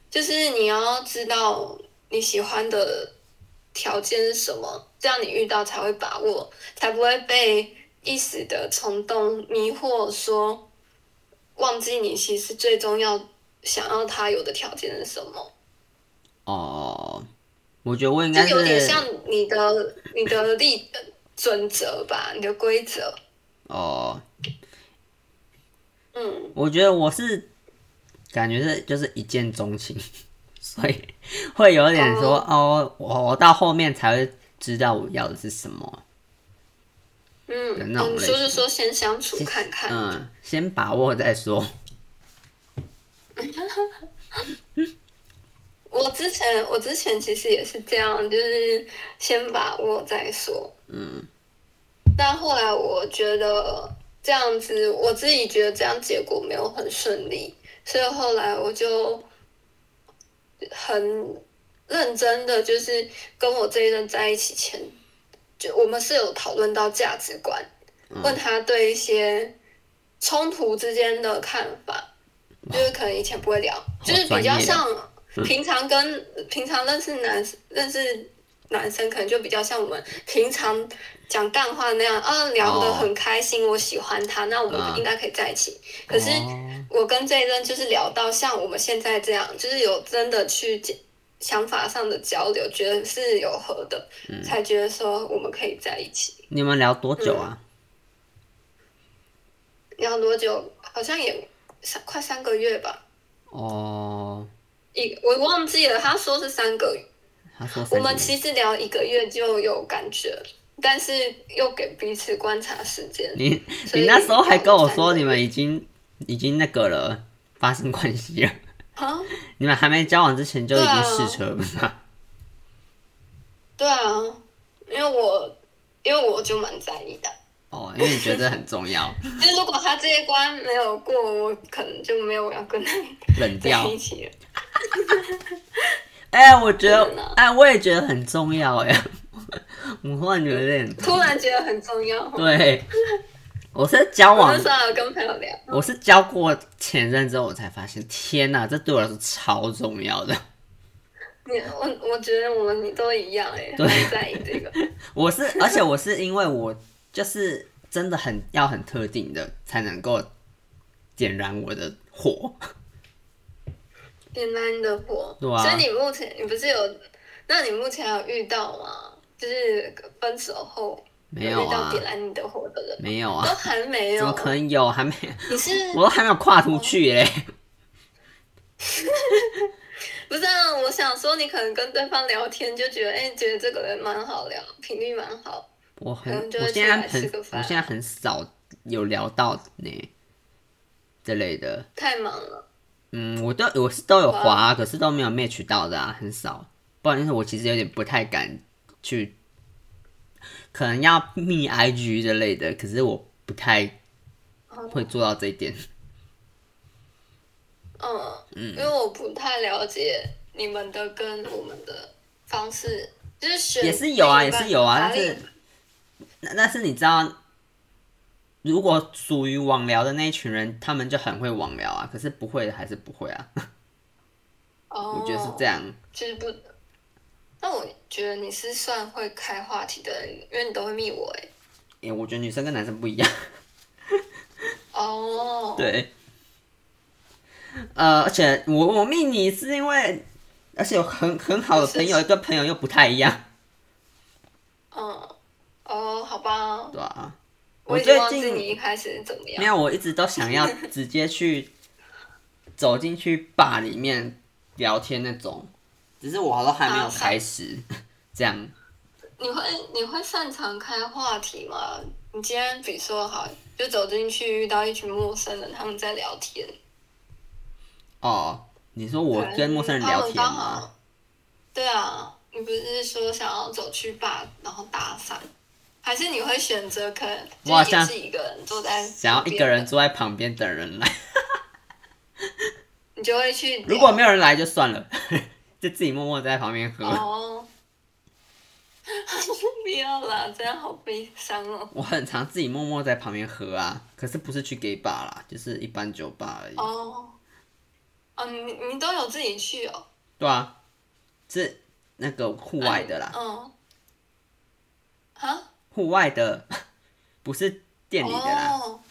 [SPEAKER 2] 就是你要知道你喜欢的条件是什么，这样你遇到才会把握，才不会被一时的冲动迷惑说忘记你其实最重要想要他有的条件是什么。
[SPEAKER 1] 哦，我觉得我应
[SPEAKER 2] 就
[SPEAKER 1] 该是
[SPEAKER 2] 有点像你的你的立准则吧，你的规则。
[SPEAKER 1] 哦，
[SPEAKER 2] 嗯，
[SPEAKER 1] 我觉得我是感觉是就是一见钟情， 所以会有点说哦，我我到后面才会知道我要的是什么。
[SPEAKER 2] 嗯，
[SPEAKER 1] 有
[SPEAKER 2] 嗯
[SPEAKER 1] 那种
[SPEAKER 2] 你
[SPEAKER 1] 类
[SPEAKER 2] 就是
[SPEAKER 1] 型
[SPEAKER 2] 说先相处看看。
[SPEAKER 1] 嗯，先把握再说。
[SPEAKER 2] 我之前我之前其实也是这样，就是先把握再说。
[SPEAKER 1] 嗯，
[SPEAKER 2] 但后来我觉得这样子，我自己觉得这样结果没有很顺利，所以后来我就很认真的，就是跟我这一任在一起前，就我们是有讨论到价值观，
[SPEAKER 1] 嗯
[SPEAKER 2] 问他对一些冲突之间的看法，就是可能以前不会聊，就是比
[SPEAKER 1] 专
[SPEAKER 2] 较
[SPEAKER 1] 业
[SPEAKER 2] 像
[SPEAKER 1] 啊嗯
[SPEAKER 2] 平常跟平常认识男认识男生，可能就比较像我们平常讲干话那样，啊，聊得很开心，我喜欢他，那我
[SPEAKER 1] 嗯
[SPEAKER 2] 们应该可以在一起。可是
[SPEAKER 1] 哦
[SPEAKER 2] 我跟这一任就是聊到像我们现在这样，就是有真的去解想法上的交流，觉得是有合的，
[SPEAKER 1] 嗯
[SPEAKER 2] 才觉得说我们可以在一起。
[SPEAKER 1] 你们聊多久啊？
[SPEAKER 2] 聊多久？好像也三快三个月吧，
[SPEAKER 1] 哦，
[SPEAKER 2] 一我忘记了，他说是三个月。
[SPEAKER 1] 他说
[SPEAKER 2] 我
[SPEAKER 1] 三
[SPEAKER 2] 们
[SPEAKER 1] 年
[SPEAKER 2] 其实聊一个月就有感觉，但是又给彼此观察时间。
[SPEAKER 1] 你
[SPEAKER 2] 所以
[SPEAKER 1] 你那时候还跟我说
[SPEAKER 2] 三个月
[SPEAKER 1] 你们已经已经那个了，发生关系了，
[SPEAKER 2] 啊，
[SPEAKER 1] 你们还没交往之前就已经
[SPEAKER 2] 对啊
[SPEAKER 1] 试车了，不是吗？
[SPEAKER 2] 对啊，因为我因为我就蛮在 意的，
[SPEAKER 1] 哦，因为你觉得这很重要，
[SPEAKER 2] 就是如果他这一关没有过，我可能就没有要跟他
[SPEAKER 1] 冷
[SPEAKER 2] 在
[SPEAKER 1] 掉
[SPEAKER 2] 一。起了。
[SPEAKER 1] 哎、我觉得
[SPEAKER 2] 对呢，
[SPEAKER 1] 哎、我也觉得很重要哎、 我忽然觉得有点
[SPEAKER 2] 突然觉得很重要。我
[SPEAKER 1] 对，我是交往
[SPEAKER 2] 那，时候还有跟朋友聊，
[SPEAKER 1] 我是交过前任之后，我才发现，天哪、这对我来说超重要的。
[SPEAKER 2] 你我我觉得我们都一样哎、欸，
[SPEAKER 1] 对
[SPEAKER 2] 很在意 这个。
[SPEAKER 1] 我是，而且我是因为我就是真的很要很特定的才能够点燃我的火。
[SPEAKER 2] 点燃你的火，
[SPEAKER 1] 对啊
[SPEAKER 2] 所以你目前你不是有？那你目前有遇到吗？就是分手后
[SPEAKER 1] 没
[SPEAKER 2] 遇
[SPEAKER 1] 有
[SPEAKER 2] 到
[SPEAKER 1] 啊
[SPEAKER 2] 点，燃你的火的人，
[SPEAKER 1] 没有
[SPEAKER 2] 都
[SPEAKER 1] 啊，
[SPEAKER 2] 还没
[SPEAKER 1] 怎
[SPEAKER 2] 有
[SPEAKER 1] 么。可能有？还没，
[SPEAKER 2] 你是
[SPEAKER 1] 我都还没有跨出去嘞、
[SPEAKER 2] 不是、啊？我想说，你可能跟对方聊天就觉得，哎、觉得这个人蛮好聊，频率蛮好。
[SPEAKER 1] 我很，
[SPEAKER 2] 可能嗯就
[SPEAKER 1] 我
[SPEAKER 2] 会
[SPEAKER 1] 现在
[SPEAKER 2] 出来吃
[SPEAKER 1] 很，
[SPEAKER 2] 个
[SPEAKER 1] 我
[SPEAKER 2] 饭
[SPEAKER 1] 现在很少有聊到呢、之类的。
[SPEAKER 2] 太忙了，
[SPEAKER 1] 嗯，我都我是都有滑，啊可是都没有 match 到的啊，很少。不然就是我其实有点不太敢去，可能要密 IG 之类的，可是我不太会做到这一点。
[SPEAKER 2] 哦嗯，因为我不太了解你们的跟我们的方式，就是选
[SPEAKER 1] 也是有啊，
[SPEAKER 2] 另
[SPEAKER 1] 也
[SPEAKER 2] 一半
[SPEAKER 1] 是有啊，
[SPEAKER 2] 哪
[SPEAKER 1] 但
[SPEAKER 2] 里
[SPEAKER 1] 是那但是你知道，如果属于网聊的那一群人，他们就很会网聊啊，可是不会的还是不会啊，
[SPEAKER 2] 哦，
[SPEAKER 1] 我觉得是这样。
[SPEAKER 2] 就是不。那我觉得你是算会开话题的人，因为你都会密我哎。
[SPEAKER 1] 诶、我觉得女生跟男生不一样。
[SPEAKER 2] 哦，，
[SPEAKER 1] 对，呃，而且我我命你是因为，而且有很很好的朋友，跟朋友又不太一样，
[SPEAKER 2] 嗯，哦，好吧，
[SPEAKER 1] 对啊？
[SPEAKER 2] 我已经
[SPEAKER 1] 最
[SPEAKER 2] 忘记你
[SPEAKER 1] 近
[SPEAKER 2] 一开始是怎么样
[SPEAKER 1] 没。有，我一直都想要直接去走进去坝里面聊天那种，只是我都还没有
[SPEAKER 2] 啊
[SPEAKER 1] 开始，这样
[SPEAKER 2] 你会你会擅长开话题吗？你今天比如说好，就走进去遇到一群陌生人，他们在聊天。
[SPEAKER 1] 哦。你说我
[SPEAKER 2] 可能
[SPEAKER 1] 跟陌生人
[SPEAKER 2] 他
[SPEAKER 1] 聊
[SPEAKER 2] 们
[SPEAKER 1] 天
[SPEAKER 2] 刚
[SPEAKER 1] 吗？
[SPEAKER 2] 好。对啊，你不是说想要走去吧，然后搭讪，还是你会选择可能
[SPEAKER 1] 我好
[SPEAKER 2] 就也
[SPEAKER 1] 像
[SPEAKER 2] 是一个人坐在
[SPEAKER 1] 想要一
[SPEAKER 2] 旁
[SPEAKER 1] 个
[SPEAKER 2] 边
[SPEAKER 1] 人坐在旁边等人来，
[SPEAKER 2] 你就会去聊。啊
[SPEAKER 1] 如果没有人来就算了， 就自己默默在旁边喝。
[SPEAKER 2] 哦， 不要啦，这样好悲伤哦。
[SPEAKER 1] 我很常自己默默在旁边喝啊，可是不是去 gay bar 啦，就是一般酒吧而已。
[SPEAKER 2] 哦，哦，你你都有自己去哦？
[SPEAKER 1] 对啊，是那个户外的啦，
[SPEAKER 2] 嗯。啊？
[SPEAKER 1] 户外的，不是店里的啦，
[SPEAKER 2] 哦，呃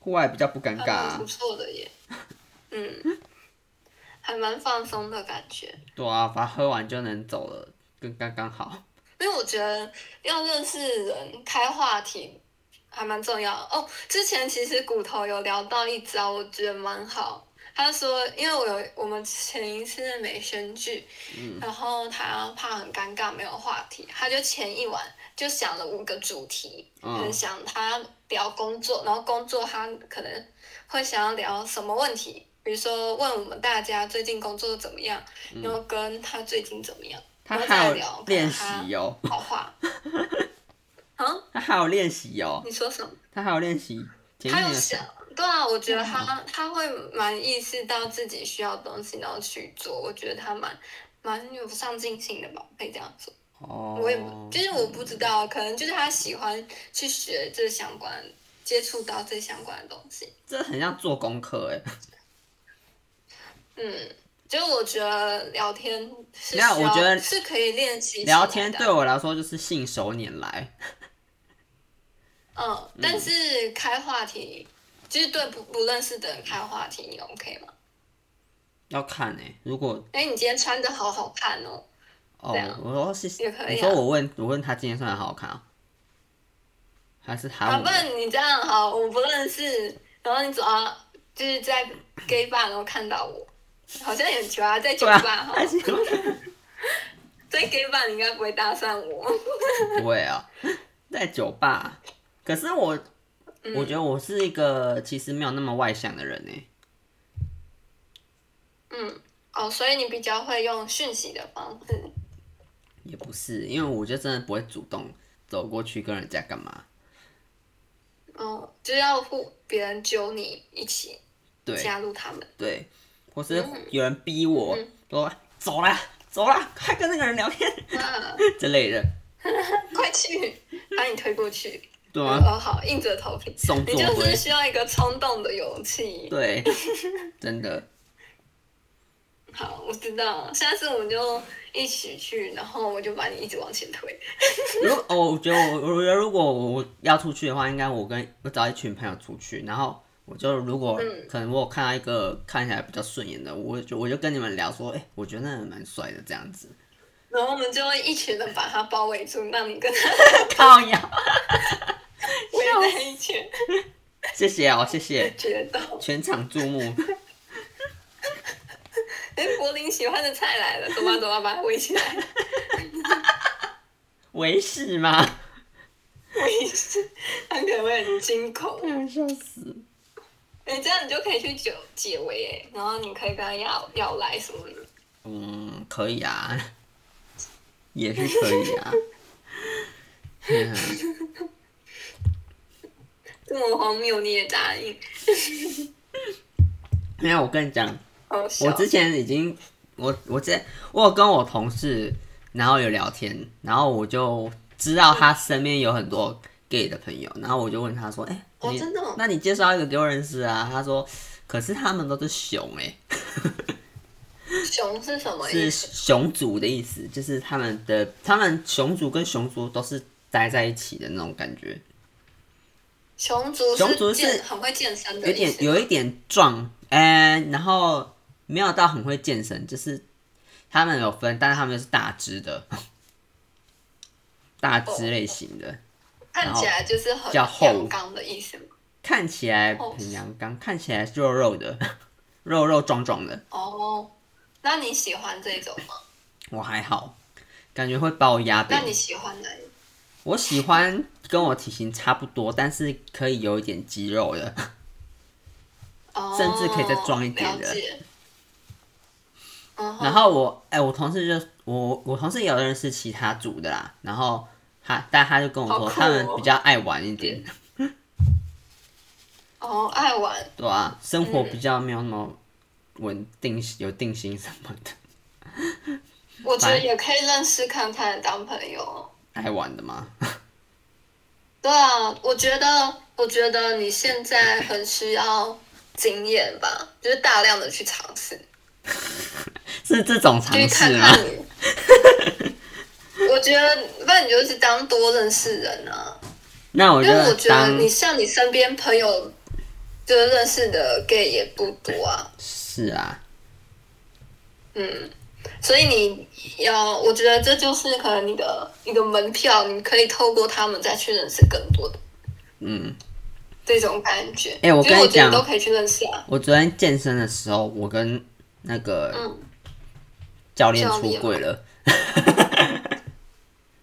[SPEAKER 1] 户外比较不尴
[SPEAKER 2] 还
[SPEAKER 1] 尬
[SPEAKER 2] 蛮
[SPEAKER 1] 啊
[SPEAKER 2] 不。错的耶。嗯，还蛮放松的感觉。
[SPEAKER 1] 对啊，把喝完就能走了，跟刚刚好。
[SPEAKER 2] 因为我觉得要认识人、开话题还蛮重要的哦。之前其实骨头有聊到一招，我觉得蛮好。他说，因为我有我们前一次美宣剧，
[SPEAKER 1] 嗯
[SPEAKER 2] 然后他怕很尴尬没有话题，他就前一晚就想了五个主题，
[SPEAKER 1] 嗯
[SPEAKER 2] 很想他聊工作，然后工作他可能会想要聊什么问题，比如说问我们大家最近工作怎么样，然后
[SPEAKER 1] 嗯
[SPEAKER 2] 跟他最近怎么样，
[SPEAKER 1] 他
[SPEAKER 2] 然后
[SPEAKER 1] 还
[SPEAKER 2] 再
[SPEAKER 1] 有
[SPEAKER 2] 聊
[SPEAKER 1] 练
[SPEAKER 2] 看
[SPEAKER 1] 习哦，
[SPEAKER 2] 他好 话。啊，
[SPEAKER 1] 他还有练习哦，
[SPEAKER 2] 你说什么？
[SPEAKER 1] 他还有练习。前
[SPEAKER 2] 他
[SPEAKER 1] 面
[SPEAKER 2] 有
[SPEAKER 1] 的
[SPEAKER 2] 想，对啊，我
[SPEAKER 1] 嗯
[SPEAKER 2] 觉得他他会蛮意识到自己需要的东西，然后去做。我觉得他蛮蛮有上进心的吧，可以这样说。
[SPEAKER 1] 哦，
[SPEAKER 2] 我也不就是我不知道，可能就是他喜欢去学这相关，接触到这相关的东西。
[SPEAKER 1] 这很像做功课哎。
[SPEAKER 2] 嗯，就是我觉得聊天是需
[SPEAKER 1] 没有
[SPEAKER 2] 要，
[SPEAKER 1] 我觉得
[SPEAKER 2] 是可以练习起来
[SPEAKER 1] 聊天
[SPEAKER 2] 的啊
[SPEAKER 1] 对我来说就是信手拈来，
[SPEAKER 2] 嗯，但是开话题，就是对不不认识的人开话题，你 OK 吗？
[SPEAKER 1] 要看哎、如果
[SPEAKER 2] 哎、你今天穿的好好看哦。
[SPEAKER 1] 哦
[SPEAKER 2] 对啊，
[SPEAKER 1] 我说是，
[SPEAKER 2] 也可以啊
[SPEAKER 1] 你说我问我问他今天穿的好看啊，还是
[SPEAKER 2] 啊，
[SPEAKER 1] 喊我
[SPEAKER 2] 不然你这样好，我不认识，然后你走到就是在 gay bar 然后看到我，好像也很奇怪，在酒
[SPEAKER 1] 对啊
[SPEAKER 2] 吧哈，
[SPEAKER 1] 还是
[SPEAKER 2] 在 gay bar 你应该不会搭讪我。
[SPEAKER 1] 不会啊， 在酒吧。可是我、我觉得我是一个其实没有那么外向的人哎、
[SPEAKER 2] 嗯，哦，所以你比较会用讯息的方式。
[SPEAKER 1] 也不是，因为我就真的不会主动走过去跟人家干嘛。
[SPEAKER 2] 哦，就是要互别人揪你一起
[SPEAKER 1] 对
[SPEAKER 2] 加入他们，
[SPEAKER 1] 对，或是
[SPEAKER 2] 嗯
[SPEAKER 1] 有人逼我说走啦走啦，快跟那个人聊天
[SPEAKER 2] 啊，
[SPEAKER 1] 之类的，
[SPEAKER 2] 快去把你推过去，
[SPEAKER 1] 对吗？
[SPEAKER 2] 哦好，硬着头皮，
[SPEAKER 1] 送
[SPEAKER 2] 你
[SPEAKER 1] 座
[SPEAKER 2] 就
[SPEAKER 1] 位
[SPEAKER 2] 是。需要一个冲动的勇气。
[SPEAKER 1] 对，真的，
[SPEAKER 2] 好，我知道了，下次我们就一起去，然后我就把你一直往前推。
[SPEAKER 1] 如果、哦、我觉得我，我觉得如果我要出去的话，应该我跟我找一群朋友出去，然后我就如果、可能我有看到一个看起来比较顺眼的，我就我就跟你们聊说，哎、我觉得那人蛮帅的这样子，
[SPEAKER 2] 然后我们就会一群人把他包围住，让你跟他
[SPEAKER 1] 靠呀，
[SPEAKER 2] 围在一起，
[SPEAKER 1] 谢谢哦，谢谢，
[SPEAKER 2] 决斗。
[SPEAKER 1] 全场注目，
[SPEAKER 2] 哎，柏林喜欢的菜来了，走吧走吧，把它围起来，
[SPEAKER 1] 维氏吗？
[SPEAKER 2] 围起来，他可能会很惊 恐。
[SPEAKER 1] 笑死，
[SPEAKER 2] 哎，这样你就可以去解解围哎，然后你可以跟他要要来什么的。
[SPEAKER 1] 嗯，可以啊，也是可以啊， 嗯
[SPEAKER 2] 这么荒谬你也答应，
[SPEAKER 1] 没有，我跟你讲，
[SPEAKER 2] 好笑。
[SPEAKER 1] 我之前已经，我我之前我有跟我同事，然后有聊天，然后我就知道他身边有很多 gay 的朋友，然后我就问他说：“哎、
[SPEAKER 2] 哦
[SPEAKER 1] 你
[SPEAKER 2] 真的哦
[SPEAKER 1] 那你介绍一个给我认识啊？”他说：“可是他们都是熊、欸，
[SPEAKER 2] 熊是什么意
[SPEAKER 1] 是
[SPEAKER 2] 思？
[SPEAKER 1] 熊族的意思，就是他们的他们熊族跟熊族都是待在一起的那种感觉，
[SPEAKER 2] 熊族
[SPEAKER 1] 熊族
[SPEAKER 2] 是
[SPEAKER 1] 是
[SPEAKER 2] 健很会健身的
[SPEAKER 1] 有
[SPEAKER 2] 意
[SPEAKER 1] 点
[SPEAKER 2] 思吗，
[SPEAKER 1] 有一点壮，哎、然后没有到很会健身，就是他们有分，但是他们是大只的， 大只类型的，
[SPEAKER 2] 看起来就是很
[SPEAKER 1] 比较厚
[SPEAKER 2] 阳刚的意思吗？
[SPEAKER 1] 看起来
[SPEAKER 2] 哦
[SPEAKER 1] 很阳刚，看起来肉肉的， 肉肉壮壮的，
[SPEAKER 2] 哦，那你喜欢这种吗？
[SPEAKER 1] 我还好，感觉会把我压
[SPEAKER 2] 那
[SPEAKER 1] 扁。
[SPEAKER 2] 你喜欢哪一种？
[SPEAKER 1] 我喜欢跟我体型差不多，但是可以有一点肌肉的，
[SPEAKER 2] 哦
[SPEAKER 1] 甚至可以再壮一点的
[SPEAKER 2] 了解嗯哼
[SPEAKER 1] 然后我，哎、我同事就我我同事也有认识其他组的啦，然后他，但他就跟我
[SPEAKER 2] 好
[SPEAKER 1] 说，
[SPEAKER 2] 酷哦
[SPEAKER 1] 他们比较爱玩一点，
[SPEAKER 2] 哦，爱玩
[SPEAKER 1] 对啊，
[SPEAKER 2] 嗯
[SPEAKER 1] 生活比较没有那么稳定，有定心什么的，
[SPEAKER 2] 我觉得也可以认识看看，当朋友。
[SPEAKER 1] 爱玩的吗？
[SPEAKER 2] 对啊，我觉得，我觉得你现在很需要经验吧，就是大量的去尝试，
[SPEAKER 1] 是这种尝
[SPEAKER 2] 去看
[SPEAKER 1] 试吗？
[SPEAKER 2] 看你。 我觉得，不然你就是当多认识人啊，
[SPEAKER 1] 那我
[SPEAKER 2] 因
[SPEAKER 1] 就
[SPEAKER 2] 为我觉得
[SPEAKER 1] 当
[SPEAKER 2] 你像你身边朋友，就是认识的 gay 也不多啊，
[SPEAKER 1] 是啊，
[SPEAKER 2] 所以你要，我觉得这就是可能你的一个门票，你可以透过他们再去认识更多的
[SPEAKER 1] 嗯，
[SPEAKER 2] 这种感觉。
[SPEAKER 1] 哎我
[SPEAKER 2] 其实
[SPEAKER 1] 跟你
[SPEAKER 2] 我觉得
[SPEAKER 1] 讲
[SPEAKER 2] 都可以去认识啊。
[SPEAKER 1] 我昨天健身的时候，我跟那个
[SPEAKER 2] 嗯
[SPEAKER 1] 教练
[SPEAKER 2] 教
[SPEAKER 1] 出
[SPEAKER 2] 练
[SPEAKER 1] 柜了，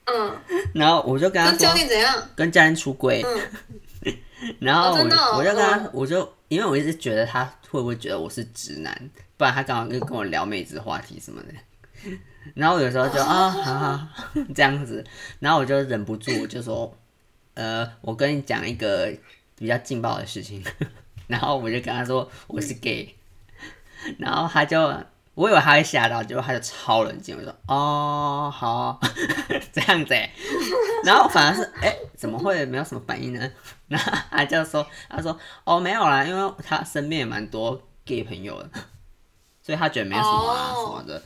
[SPEAKER 2] 嗯，
[SPEAKER 1] 然后我就跟他
[SPEAKER 2] 那教
[SPEAKER 1] 说
[SPEAKER 2] 练怎样？
[SPEAKER 1] 跟教练出柜，
[SPEAKER 2] 嗯
[SPEAKER 1] 然后
[SPEAKER 2] 哦
[SPEAKER 1] 我、
[SPEAKER 2] 真的哦
[SPEAKER 1] 我就跟他，
[SPEAKER 2] 嗯
[SPEAKER 1] 我就因为我一直觉得他会不会觉得我是直男，不然他刚好就跟我聊妹子话题什么的。然后我有时候就啊，好好这样子，然后我就忍不住我就说，呃，我跟你讲一个比较劲爆的事情， 然后我就跟他说我是 gay，然后他就我以为他会吓到，结果他就超冷静，我说哦好啊这样子欸， 然后反而是哎、怎么会没有什么反应呢？ 然后他就说他说哦没有啦，因为他身边也蛮多 gay 朋友的，所以他觉得没有什么啊、
[SPEAKER 2] 哦
[SPEAKER 1] 什么的，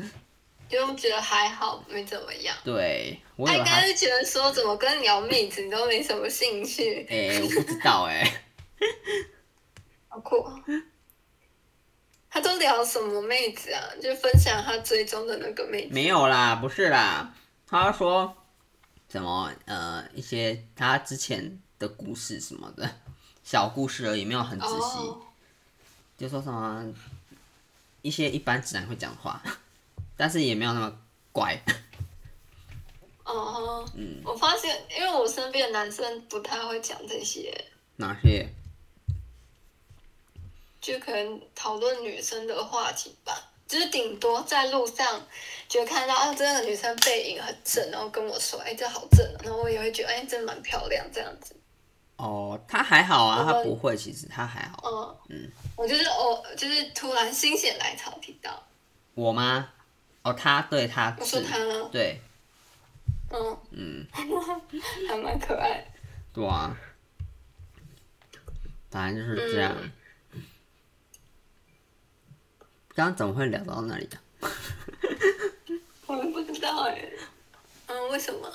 [SPEAKER 2] 就觉得还好，没怎么样。
[SPEAKER 1] 对我
[SPEAKER 2] 他
[SPEAKER 1] 以
[SPEAKER 2] 应
[SPEAKER 1] 为他
[SPEAKER 2] 该是觉得说，怎么跟聊妹子你都没什么兴趣，
[SPEAKER 1] 哎、我不知道哎、
[SPEAKER 2] 好酷、哦。他都聊什么妹子啊？就分享他追踪的那个妹子。
[SPEAKER 1] 没有啦，不是啦，他说什么呃一些他之前的故事什么的小故事而已，没有很仔细，
[SPEAKER 2] 哦，
[SPEAKER 1] 就说什么一些一般直男会讲话， 但是也没有那么怪，
[SPEAKER 2] 哦，
[SPEAKER 1] 嗯，
[SPEAKER 2] 我发现，因为我身边的男生不太会讲这些，
[SPEAKER 1] 哪些
[SPEAKER 2] 就可能讨论女生的话题吧，就是顶多在路上就看到啊，这个女生背影很正，然后跟我说，哎，这好正啊，然后我也会觉得，哎，这蛮漂亮这样子。
[SPEAKER 1] 哦，他还好啊，
[SPEAKER 2] 我们
[SPEAKER 1] 他不会，其实他还好。
[SPEAKER 2] 嗯
[SPEAKER 1] 嗯，
[SPEAKER 2] 我就是偶、就是突然心血来潮提到，
[SPEAKER 1] 我吗？哦，他对他
[SPEAKER 2] 我说
[SPEAKER 1] 是，
[SPEAKER 2] 他，
[SPEAKER 1] 对，
[SPEAKER 2] 嗯，
[SPEAKER 1] 嗯，
[SPEAKER 2] 还蛮可爱的。
[SPEAKER 1] 对啊，反正就是这样。
[SPEAKER 2] 嗯
[SPEAKER 1] 刚刚怎么会聊到那里的、
[SPEAKER 2] 我也不知道哎、嗯，为什么？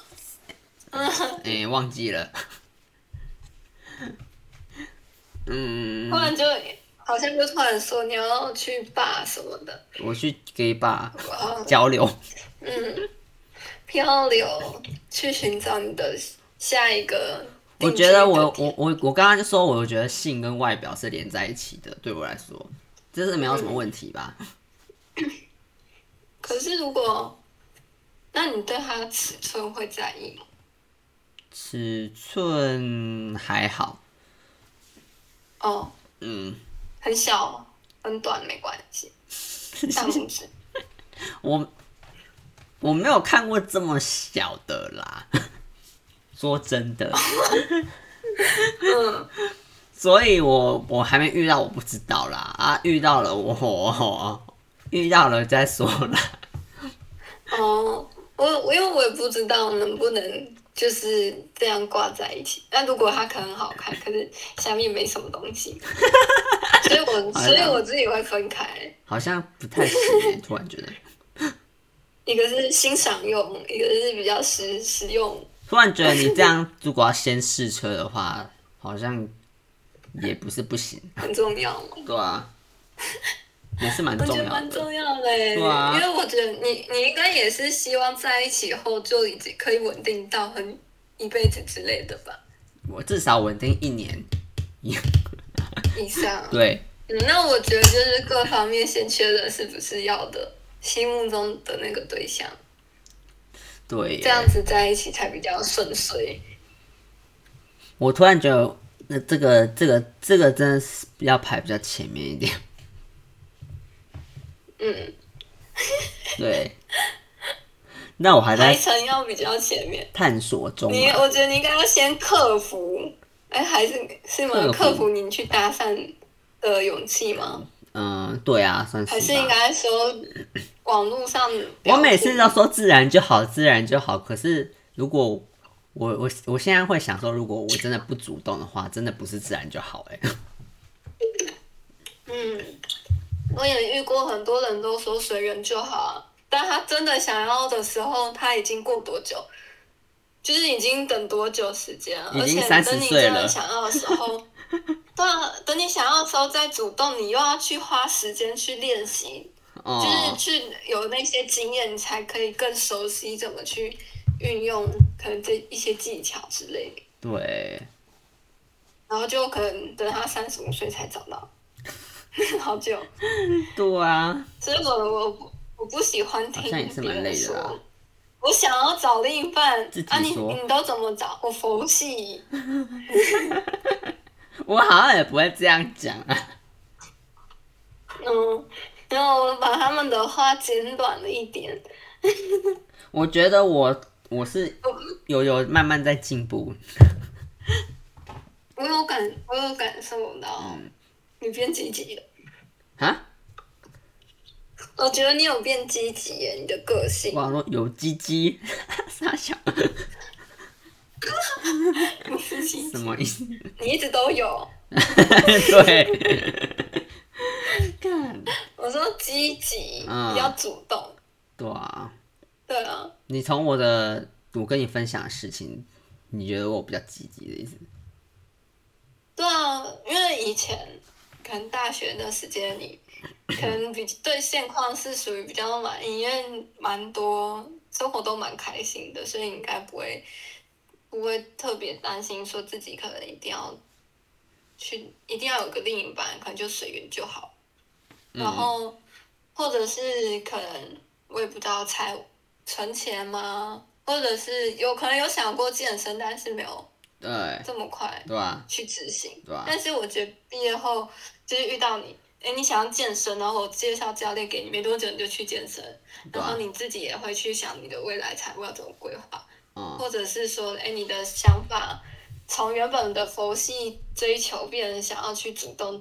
[SPEAKER 1] 哎、忘记了。 嗯
[SPEAKER 2] 突，然就好像就突然说你要去爸什么的，
[SPEAKER 1] 我去 gay bar
[SPEAKER 2] 哇，
[SPEAKER 1] 交流。
[SPEAKER 2] 嗯，漂流去寻找你的下一个定
[SPEAKER 1] 我
[SPEAKER 2] 居
[SPEAKER 1] 觉
[SPEAKER 2] 的地。
[SPEAKER 1] 得我我我我刚刚就说，我觉得性跟外表是连在一起的，对我来说，这是没有什
[SPEAKER 2] 嗯
[SPEAKER 1] 么问题吧？
[SPEAKER 2] 可是如果，那你对他的尺寸会在意吗？
[SPEAKER 1] 尺寸还好，
[SPEAKER 2] 哦，
[SPEAKER 1] 嗯，
[SPEAKER 2] 很小很短没关 系，大拇指。
[SPEAKER 1] 我我没有看过这么小的啦，说真 的，
[SPEAKER 2] 嗯，
[SPEAKER 1] 所以我我还没遇到，我不知道啦啊，遇到了我我遇到了再说啦。
[SPEAKER 2] 哦，我我因为我也不知道能不能就是这样挂在一起。那如果它可能很好看，可是下面没什么东 西，所以我所以我自己会分开，
[SPEAKER 1] 好像不太行欸、突然觉得，
[SPEAKER 2] 一个是欣赏用，一个是比较实实用。
[SPEAKER 1] 突然觉得你这样，如果要先试车的话，好像也不是不行，
[SPEAKER 2] 很重要嘛，
[SPEAKER 1] 对啊，也是蛮
[SPEAKER 2] 我
[SPEAKER 1] 重
[SPEAKER 2] 觉得
[SPEAKER 1] 要
[SPEAKER 2] 蛮
[SPEAKER 1] 的。
[SPEAKER 2] 重要的欸、
[SPEAKER 1] 对啊
[SPEAKER 2] 因为我觉得你你应该也是希望在一起后就已经可以稳定到很一辈子之类的吧，
[SPEAKER 1] 我至少稳定一年，
[SPEAKER 2] 以上。
[SPEAKER 1] 对，
[SPEAKER 2] 嗯，那我觉得就是各方面先确认是不是要的，心目中的那个对象，
[SPEAKER 1] 对耶，
[SPEAKER 2] 这样子在一起才比较顺遂。
[SPEAKER 1] 我突然觉得，那这个这个这个真的是要排比较前面一点。
[SPEAKER 2] 嗯，
[SPEAKER 1] 对，那我还
[SPEAKER 2] 排
[SPEAKER 1] 在
[SPEAKER 2] 程要比较前面，
[SPEAKER 1] 探索中
[SPEAKER 2] 你
[SPEAKER 1] 啊。
[SPEAKER 2] 我觉得你应该要先克服，哎，还是是吗？
[SPEAKER 1] 克
[SPEAKER 2] 克
[SPEAKER 1] 服
[SPEAKER 2] 服你去搭讪的勇气吗？
[SPEAKER 1] 嗯，对啊，算
[SPEAKER 2] 还
[SPEAKER 1] 是
[SPEAKER 2] 是应
[SPEAKER 1] 吧。
[SPEAKER 2] 该说，网络上，
[SPEAKER 1] 我每次都说自然就好，自然就好。可是如果我我我现在会想说，如果我真的不主动的话，真的不是自然就好、 欸。哎，
[SPEAKER 2] 嗯，我也遇过很多人都说随缘就好啊，但他真的想要的时候，他已经过多久？就是已经等多久时间了？
[SPEAKER 1] 已
[SPEAKER 2] 而
[SPEAKER 1] 经
[SPEAKER 2] 且
[SPEAKER 1] 30
[SPEAKER 2] 等你
[SPEAKER 1] 岁
[SPEAKER 2] 真的
[SPEAKER 1] 了
[SPEAKER 2] 想要的 时候，对啊，等你想要的时候再主动，你又要去花时间去练习，
[SPEAKER 1] 哦，
[SPEAKER 2] 就是去有那些经验，你才可以更熟悉怎么去运用可能这一些技巧之类的。
[SPEAKER 1] 对，
[SPEAKER 2] 然后就可能等他三十五岁才找到， 好久。
[SPEAKER 1] 对啊，
[SPEAKER 2] 所以我我不我不喜欢听
[SPEAKER 1] 好像也是
[SPEAKER 2] 别
[SPEAKER 1] 蛮累
[SPEAKER 2] 人
[SPEAKER 1] 的啦
[SPEAKER 2] 说。我想要找另一半
[SPEAKER 1] 自己
[SPEAKER 2] 啊你，
[SPEAKER 1] 说
[SPEAKER 2] 你都怎么找？我佛系，
[SPEAKER 1] 我好像也不会这样讲啊。
[SPEAKER 2] 嗯，然后我把他们的话简短了一点。
[SPEAKER 1] 我觉得我我是有有慢慢在进步，
[SPEAKER 2] 我有感，我有感受到，
[SPEAKER 1] 嗯
[SPEAKER 2] 你变积极了。
[SPEAKER 1] 啊，
[SPEAKER 2] 我觉得你有变积极耶，你的个性，
[SPEAKER 1] 我想说有鸡鸡， 傻笑，
[SPEAKER 2] 你是积
[SPEAKER 1] 什
[SPEAKER 2] 极，
[SPEAKER 1] 么意思？
[SPEAKER 2] 你一直都有。
[SPEAKER 1] 对，干，
[SPEAKER 2] 我说积极，
[SPEAKER 1] 嗯
[SPEAKER 2] 比较主动，
[SPEAKER 1] 对啊，
[SPEAKER 2] 对啊，
[SPEAKER 1] 你从我的我跟你分享的事情，你觉得我比较积极的意思？
[SPEAKER 2] 对啊，因为以前可能大学的时间你可能比对现况是属于比较满意，因为蛮多生活都蛮开心的，所以你应该不会不会特别担心说自己可能一定要去一定要有个另一半，可能就随缘就好。然后、或者是可能我也不知道才存钱吗？或者是有可能有想过健身，但是没有
[SPEAKER 1] 对，
[SPEAKER 2] 这么快
[SPEAKER 1] 对吧、
[SPEAKER 2] 去执行。
[SPEAKER 1] 对吧、啊
[SPEAKER 2] 但是我觉得毕业后就是遇到你，哎，你想要健身，然后我介绍教练给你，没多久你就去健身，
[SPEAKER 1] 对
[SPEAKER 2] 然
[SPEAKER 1] 啊
[SPEAKER 2] 后你自己也会去想你的未来财务要怎么规划，
[SPEAKER 1] 嗯，
[SPEAKER 2] 或者是说，哎，你的想法从原本的佛系追求，变成想要去主动，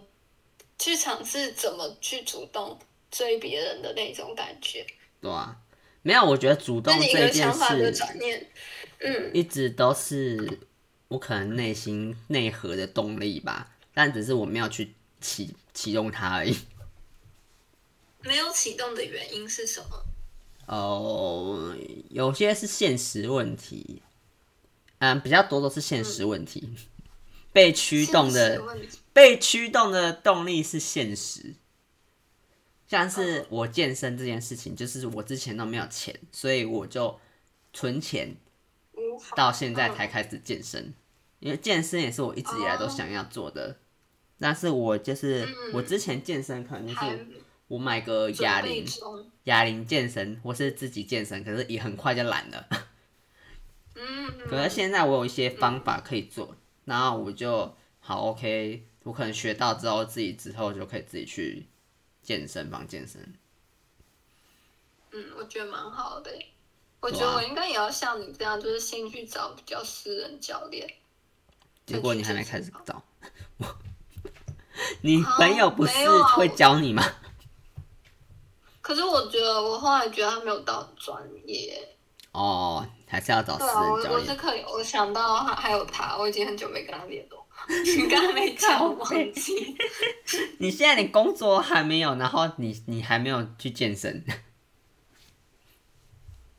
[SPEAKER 2] 去尝试怎么去主动追别人的那种感觉，
[SPEAKER 1] 对啊，没有，我觉得主
[SPEAKER 2] 那
[SPEAKER 1] 动
[SPEAKER 2] 你一
[SPEAKER 1] 这
[SPEAKER 2] 个
[SPEAKER 1] 件
[SPEAKER 2] 想法的
[SPEAKER 1] 事
[SPEAKER 2] 转念，嗯，
[SPEAKER 1] 一直都是我可能内心内核的动力吧，但只是我没有去启启动它而已。
[SPEAKER 2] 没有启动的原因是什么？
[SPEAKER 1] 哦，有些是现实问题，嗯，比较多都是现实问题。被驱动
[SPEAKER 2] 现
[SPEAKER 1] 的
[SPEAKER 2] 实问题
[SPEAKER 1] 被驱动的动力是现实，像是
[SPEAKER 2] 嗯
[SPEAKER 1] 我健身这件事情，就是我之前都没有钱，所以我就存钱
[SPEAKER 2] 无法
[SPEAKER 1] 到现在才开始健身，因为健身也是我一直以来
[SPEAKER 2] 哦
[SPEAKER 1] 都想要做的。但是我就是、我之前健身可能就
[SPEAKER 2] 嗯还
[SPEAKER 1] 是我买个哑
[SPEAKER 2] 准备
[SPEAKER 1] 铃，
[SPEAKER 2] 中，
[SPEAKER 1] 哑铃健身或是自己健身，可是也很快就懒了。
[SPEAKER 2] 嗯。
[SPEAKER 1] 可是现在我有一些方法可以做，然后我就好 OK，我可能学到之后，自己之后就可以自己去健身房健身。
[SPEAKER 2] 嗯，我觉得蛮好的欸。我觉
[SPEAKER 1] 对
[SPEAKER 2] 得
[SPEAKER 1] 啊
[SPEAKER 2] 我应该也要像你这样，就是先去找比较私人教练。
[SPEAKER 1] 结果你还没
[SPEAKER 2] 再
[SPEAKER 1] 开
[SPEAKER 2] 去
[SPEAKER 1] 始
[SPEAKER 2] 健身哦
[SPEAKER 1] 找， 你朋友不是
[SPEAKER 2] 没有啊
[SPEAKER 1] 会教你吗？
[SPEAKER 2] 可是我觉得我后来觉得他没有到很专业。
[SPEAKER 1] 哦，还是要找私
[SPEAKER 2] 对啊，我
[SPEAKER 1] 人教
[SPEAKER 2] 我是
[SPEAKER 1] 练。
[SPEAKER 2] 可以，我想到他还有他，我已经很久没跟他联络， 你刚刚没讲，我忘记。
[SPEAKER 1] 你现在你工作还没有，然后你你还没有去健身，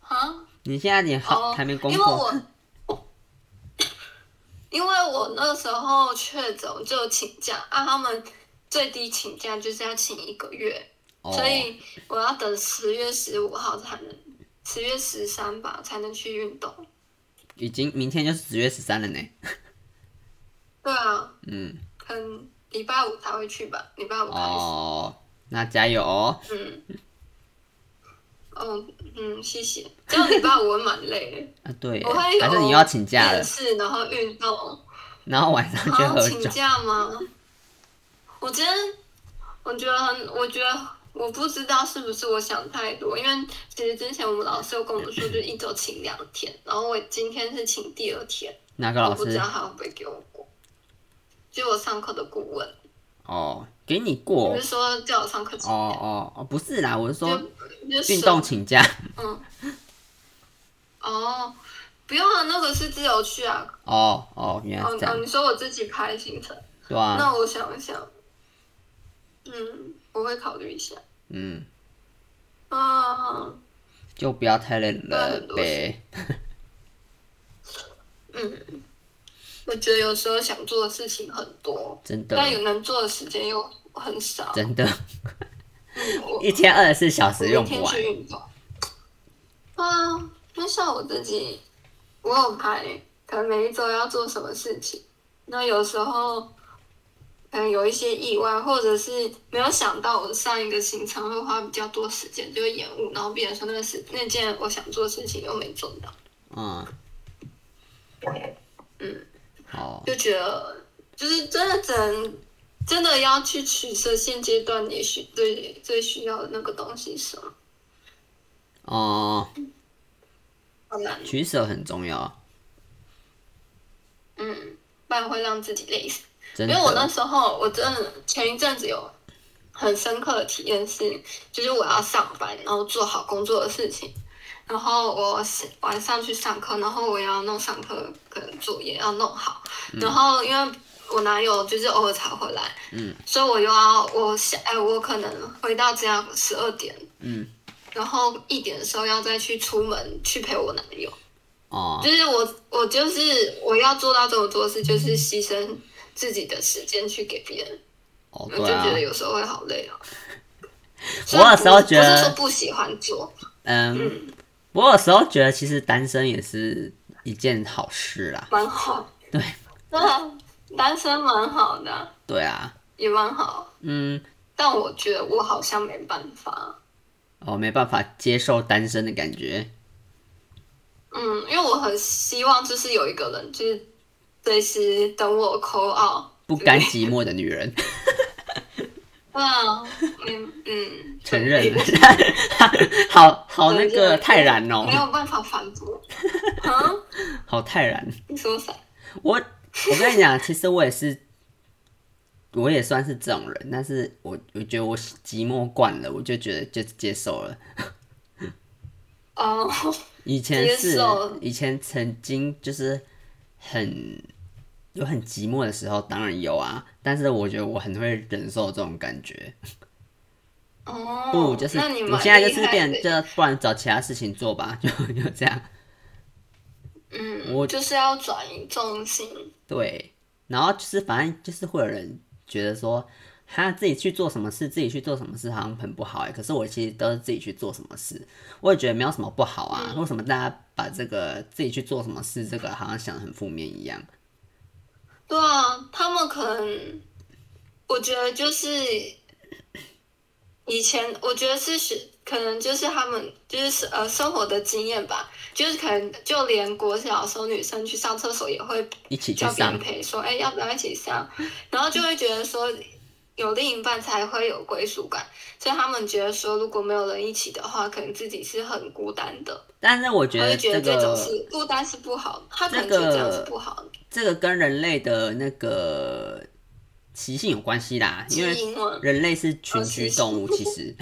[SPEAKER 2] 啊？
[SPEAKER 1] 你现在你好、
[SPEAKER 2] 哦
[SPEAKER 1] 还没工
[SPEAKER 2] 因为
[SPEAKER 1] 作，
[SPEAKER 2] 我 因为我那时候确诊就请假，啊，他们最低请假就是要请一个月。
[SPEAKER 1] 哦
[SPEAKER 2] 所以我要等十月十五号才能，十月十三吧才能去运动。
[SPEAKER 1] 已经明天就是十月十三了呢。
[SPEAKER 2] 对啊，
[SPEAKER 1] 嗯，
[SPEAKER 2] 可能礼拜五才会去吧，礼拜五开始。
[SPEAKER 1] 哦，那加油哦。
[SPEAKER 2] 嗯，哦，嗯，谢谢。这样礼拜五我蛮累
[SPEAKER 1] 啊， 对耶，
[SPEAKER 2] 的，我会有
[SPEAKER 1] 反正你又要请假了
[SPEAKER 2] 面，试，然后运动，
[SPEAKER 1] 然后晚上去
[SPEAKER 2] 然后
[SPEAKER 1] 喝
[SPEAKER 2] 请
[SPEAKER 1] 酒。
[SPEAKER 2] 假吗？我今天我觉得很，我觉得。我不知道是不是我想太多，因为其实之前我们老师有跟我们说，就一周请两天，然后我今天是请第二天，
[SPEAKER 1] 哪个
[SPEAKER 2] 我
[SPEAKER 1] 老
[SPEAKER 2] 不知
[SPEAKER 1] 师
[SPEAKER 2] 道？他会不会给我过，就我上课的顾问，
[SPEAKER 1] 哦，给你过
[SPEAKER 2] 你是说叫我上课之
[SPEAKER 1] 哦哦哦，不是啦，我是说
[SPEAKER 2] 前就
[SPEAKER 1] 运
[SPEAKER 2] 是
[SPEAKER 1] 动请假
[SPEAKER 2] 哦，不用啊，那个是自由去啊。
[SPEAKER 1] 哦哦，原来
[SPEAKER 2] 哦
[SPEAKER 1] 是这
[SPEAKER 2] 哦，
[SPEAKER 1] 样，
[SPEAKER 2] 你说我自己排行程，
[SPEAKER 1] 对啊，
[SPEAKER 2] 那我想一想，嗯，我会考虑一下。
[SPEAKER 1] 嗯，
[SPEAKER 2] 嗯
[SPEAKER 1] 就不要太累了
[SPEAKER 2] 很多
[SPEAKER 1] 呗。
[SPEAKER 2] 嗯，我觉得有时候想做的事情很多，
[SPEAKER 1] 真的，
[SPEAKER 2] 但有能做的时间又很少。
[SPEAKER 1] 真的，
[SPEAKER 2] 嗯我
[SPEAKER 1] 一天二十四小
[SPEAKER 2] 我
[SPEAKER 1] 时
[SPEAKER 2] 明
[SPEAKER 1] 用不
[SPEAKER 2] 天
[SPEAKER 1] 完
[SPEAKER 2] 去。运动。啊，那像我自己，我有排，可能每一周要做什么事情。那有时候，可能有一些意外，或者是没有想到我上一个行程会花比较多时间，就会延误，然后变成说那个事那件我想做的事情又没做到，
[SPEAKER 1] 嗯，
[SPEAKER 2] 嗯，
[SPEAKER 1] 好，
[SPEAKER 2] 就觉得就是真的只能真的要去取舍现阶段也许最最需要的那个东西是什么，
[SPEAKER 1] 哦，
[SPEAKER 2] 好难，
[SPEAKER 1] 取舍很重要，
[SPEAKER 2] 嗯，不然会让自己累死。
[SPEAKER 1] 真
[SPEAKER 2] 因为我那
[SPEAKER 1] 的，
[SPEAKER 2] 时候我真的前一阵子有很深刻的体验是，就是我要上班，然后做好工作的事情，然后我是晚上去上课，然后我要弄上课可能作业要弄好，然后因为我男友就是偶尔才回来，
[SPEAKER 1] 嗯，
[SPEAKER 2] 所以我又要我下哎我可能回到家十二点，
[SPEAKER 1] 嗯，
[SPEAKER 2] 然后一点的时候要再去出门去陪我男友，
[SPEAKER 1] 哦，
[SPEAKER 2] 就是我，我就是我要做到这么多事，就是牺牲自己的时间去给别人，
[SPEAKER 1] 哦，
[SPEAKER 2] 我就
[SPEAKER 1] 对啊
[SPEAKER 2] 觉，得有时候会好累啊。
[SPEAKER 1] 我有时候觉
[SPEAKER 2] 不是说
[SPEAKER 1] 得，
[SPEAKER 2] 不喜欢做，
[SPEAKER 1] 嗯，我有时候觉得其实单身也是一件好事啦。
[SPEAKER 2] 蛮好。
[SPEAKER 1] 对，
[SPEAKER 2] 那啊单身蛮好的啊，
[SPEAKER 1] 对啊，
[SPEAKER 2] 也蛮好。
[SPEAKER 1] 嗯，
[SPEAKER 2] 但我觉得我好像没办法，
[SPEAKER 1] 哦，没办法接受单身的感觉，
[SPEAKER 2] 嗯，因为我很希望就是有一个人，就是随时等我扣奥。
[SPEAKER 1] 不甘寂寞的女 人，
[SPEAKER 2] 对啊，嗯嗯，
[SPEAKER 1] 承认了， 好好那个泰然
[SPEAKER 2] 没
[SPEAKER 1] 哦，
[SPEAKER 2] 有办法反 驳。啊，
[SPEAKER 1] 好泰然。
[SPEAKER 2] 你说啥？
[SPEAKER 1] 我我跟你讲，其实我也是，我也算是这种人，但是我我觉得我寂寞惯了，我就觉得就接受了。
[SPEAKER 2] 哦，
[SPEAKER 1] 以前
[SPEAKER 2] 接
[SPEAKER 1] 是
[SPEAKER 2] 受
[SPEAKER 1] 以前曾经就是很有很寂寞的时候，当然有啊，但是我觉得我很会忍受这种感觉。
[SPEAKER 2] 哦，
[SPEAKER 1] 不就是
[SPEAKER 2] 那你
[SPEAKER 1] 我
[SPEAKER 2] 蛮
[SPEAKER 1] 现在就是
[SPEAKER 2] 厉害
[SPEAKER 1] 变，
[SPEAKER 2] 的
[SPEAKER 1] 就不然找其他事情做吧， 就就这样。
[SPEAKER 2] 嗯，
[SPEAKER 1] 我
[SPEAKER 2] 就是要转移重心，
[SPEAKER 1] 对，然后就是反正就是会有人觉得说，他自己去做什么事，自己去做什么事好像很不好哎。可是我其实都是自己去做什么事，我也觉得没有什么不好啊。
[SPEAKER 2] 嗯
[SPEAKER 1] 为什么大家把这个自己去做什么事这个好像想得很负面一样？
[SPEAKER 2] 对啊，他们可能，我觉得就是以前，我觉得是学，可能就是他们就是呃生活的经验吧，就是可能就连国小的时候女生去上厕所也会
[SPEAKER 1] 一起去
[SPEAKER 2] 叫别人
[SPEAKER 1] 上，
[SPEAKER 2] 陪，说哎、要不要一起上，然后就会觉得说有另一半才会有归属感，所以他们觉得说如果没有人一起的话，可能自己是很孤单的。
[SPEAKER 1] 但是我觉
[SPEAKER 2] 我
[SPEAKER 1] 得
[SPEAKER 2] 会觉
[SPEAKER 1] 这
[SPEAKER 2] 得这种
[SPEAKER 1] 个
[SPEAKER 2] 是孤单是不好的，他可
[SPEAKER 1] 这
[SPEAKER 2] 能觉得这样是
[SPEAKER 1] 个
[SPEAKER 2] 不好的，
[SPEAKER 1] 这个跟人类的那个习性有关系啦，
[SPEAKER 2] 基
[SPEAKER 1] 因为
[SPEAKER 2] 因嘛。
[SPEAKER 1] 人类是群
[SPEAKER 2] 哦
[SPEAKER 1] 居
[SPEAKER 2] 习性
[SPEAKER 1] 动物，其实。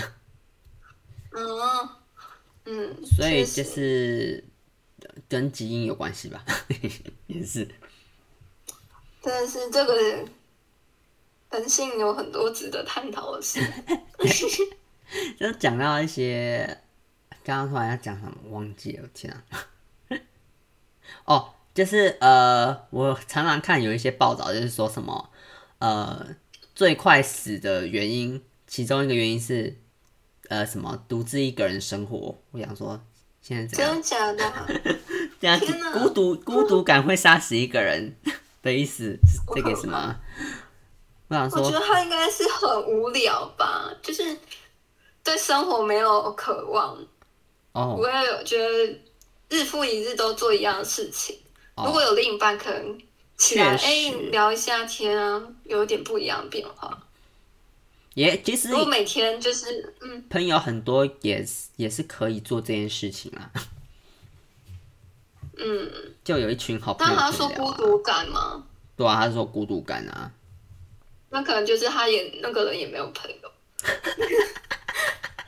[SPEAKER 2] 嗯嗯，
[SPEAKER 1] 所以
[SPEAKER 2] 确
[SPEAKER 1] 就
[SPEAKER 2] 实
[SPEAKER 1] 是呃跟基因有关系吧， 也是
[SPEAKER 2] 真的是这个人性有很多值得探讨 的事。
[SPEAKER 1] 就讲到一些，刚刚突然要讲什么忘记了，天啊！ 哦，就是呃，我常常看有一些报道，就是说什么呃，最快死的原因，其中一个原因是呃什么独自一个人生活。我想说，现在怎样
[SPEAKER 2] 真？的假的啊？
[SPEAKER 1] 这样
[SPEAKER 2] 天哪
[SPEAKER 1] 孤独孤独感会杀死一个人的意思是这个意思吗？我想
[SPEAKER 2] 我觉得
[SPEAKER 1] 说，
[SPEAKER 2] 他应该是很无聊吧，就是对生活没有渴望，不
[SPEAKER 1] 哦
[SPEAKER 2] 会有觉得日复一日都做一样的事情。如果
[SPEAKER 1] 哦，
[SPEAKER 2] 有另一半，可能起来
[SPEAKER 1] 确
[SPEAKER 2] 哎
[SPEAKER 1] 实
[SPEAKER 2] 聊一下天啊，有点不一样的变化。
[SPEAKER 1] 也其实
[SPEAKER 2] 如果每天就是嗯，
[SPEAKER 1] 朋友很多也是也是可以做这件事情啊啦。
[SPEAKER 2] 嗯，
[SPEAKER 1] 就有一群好朋
[SPEAKER 2] 但
[SPEAKER 1] 友
[SPEAKER 2] 他
[SPEAKER 1] 可
[SPEAKER 2] 说
[SPEAKER 1] 以聊
[SPEAKER 2] 孤
[SPEAKER 1] 啊。
[SPEAKER 2] 独感吗？
[SPEAKER 1] 对啊，他说孤独感啊，
[SPEAKER 2] 那可能就是他也那个人也没有 朋友，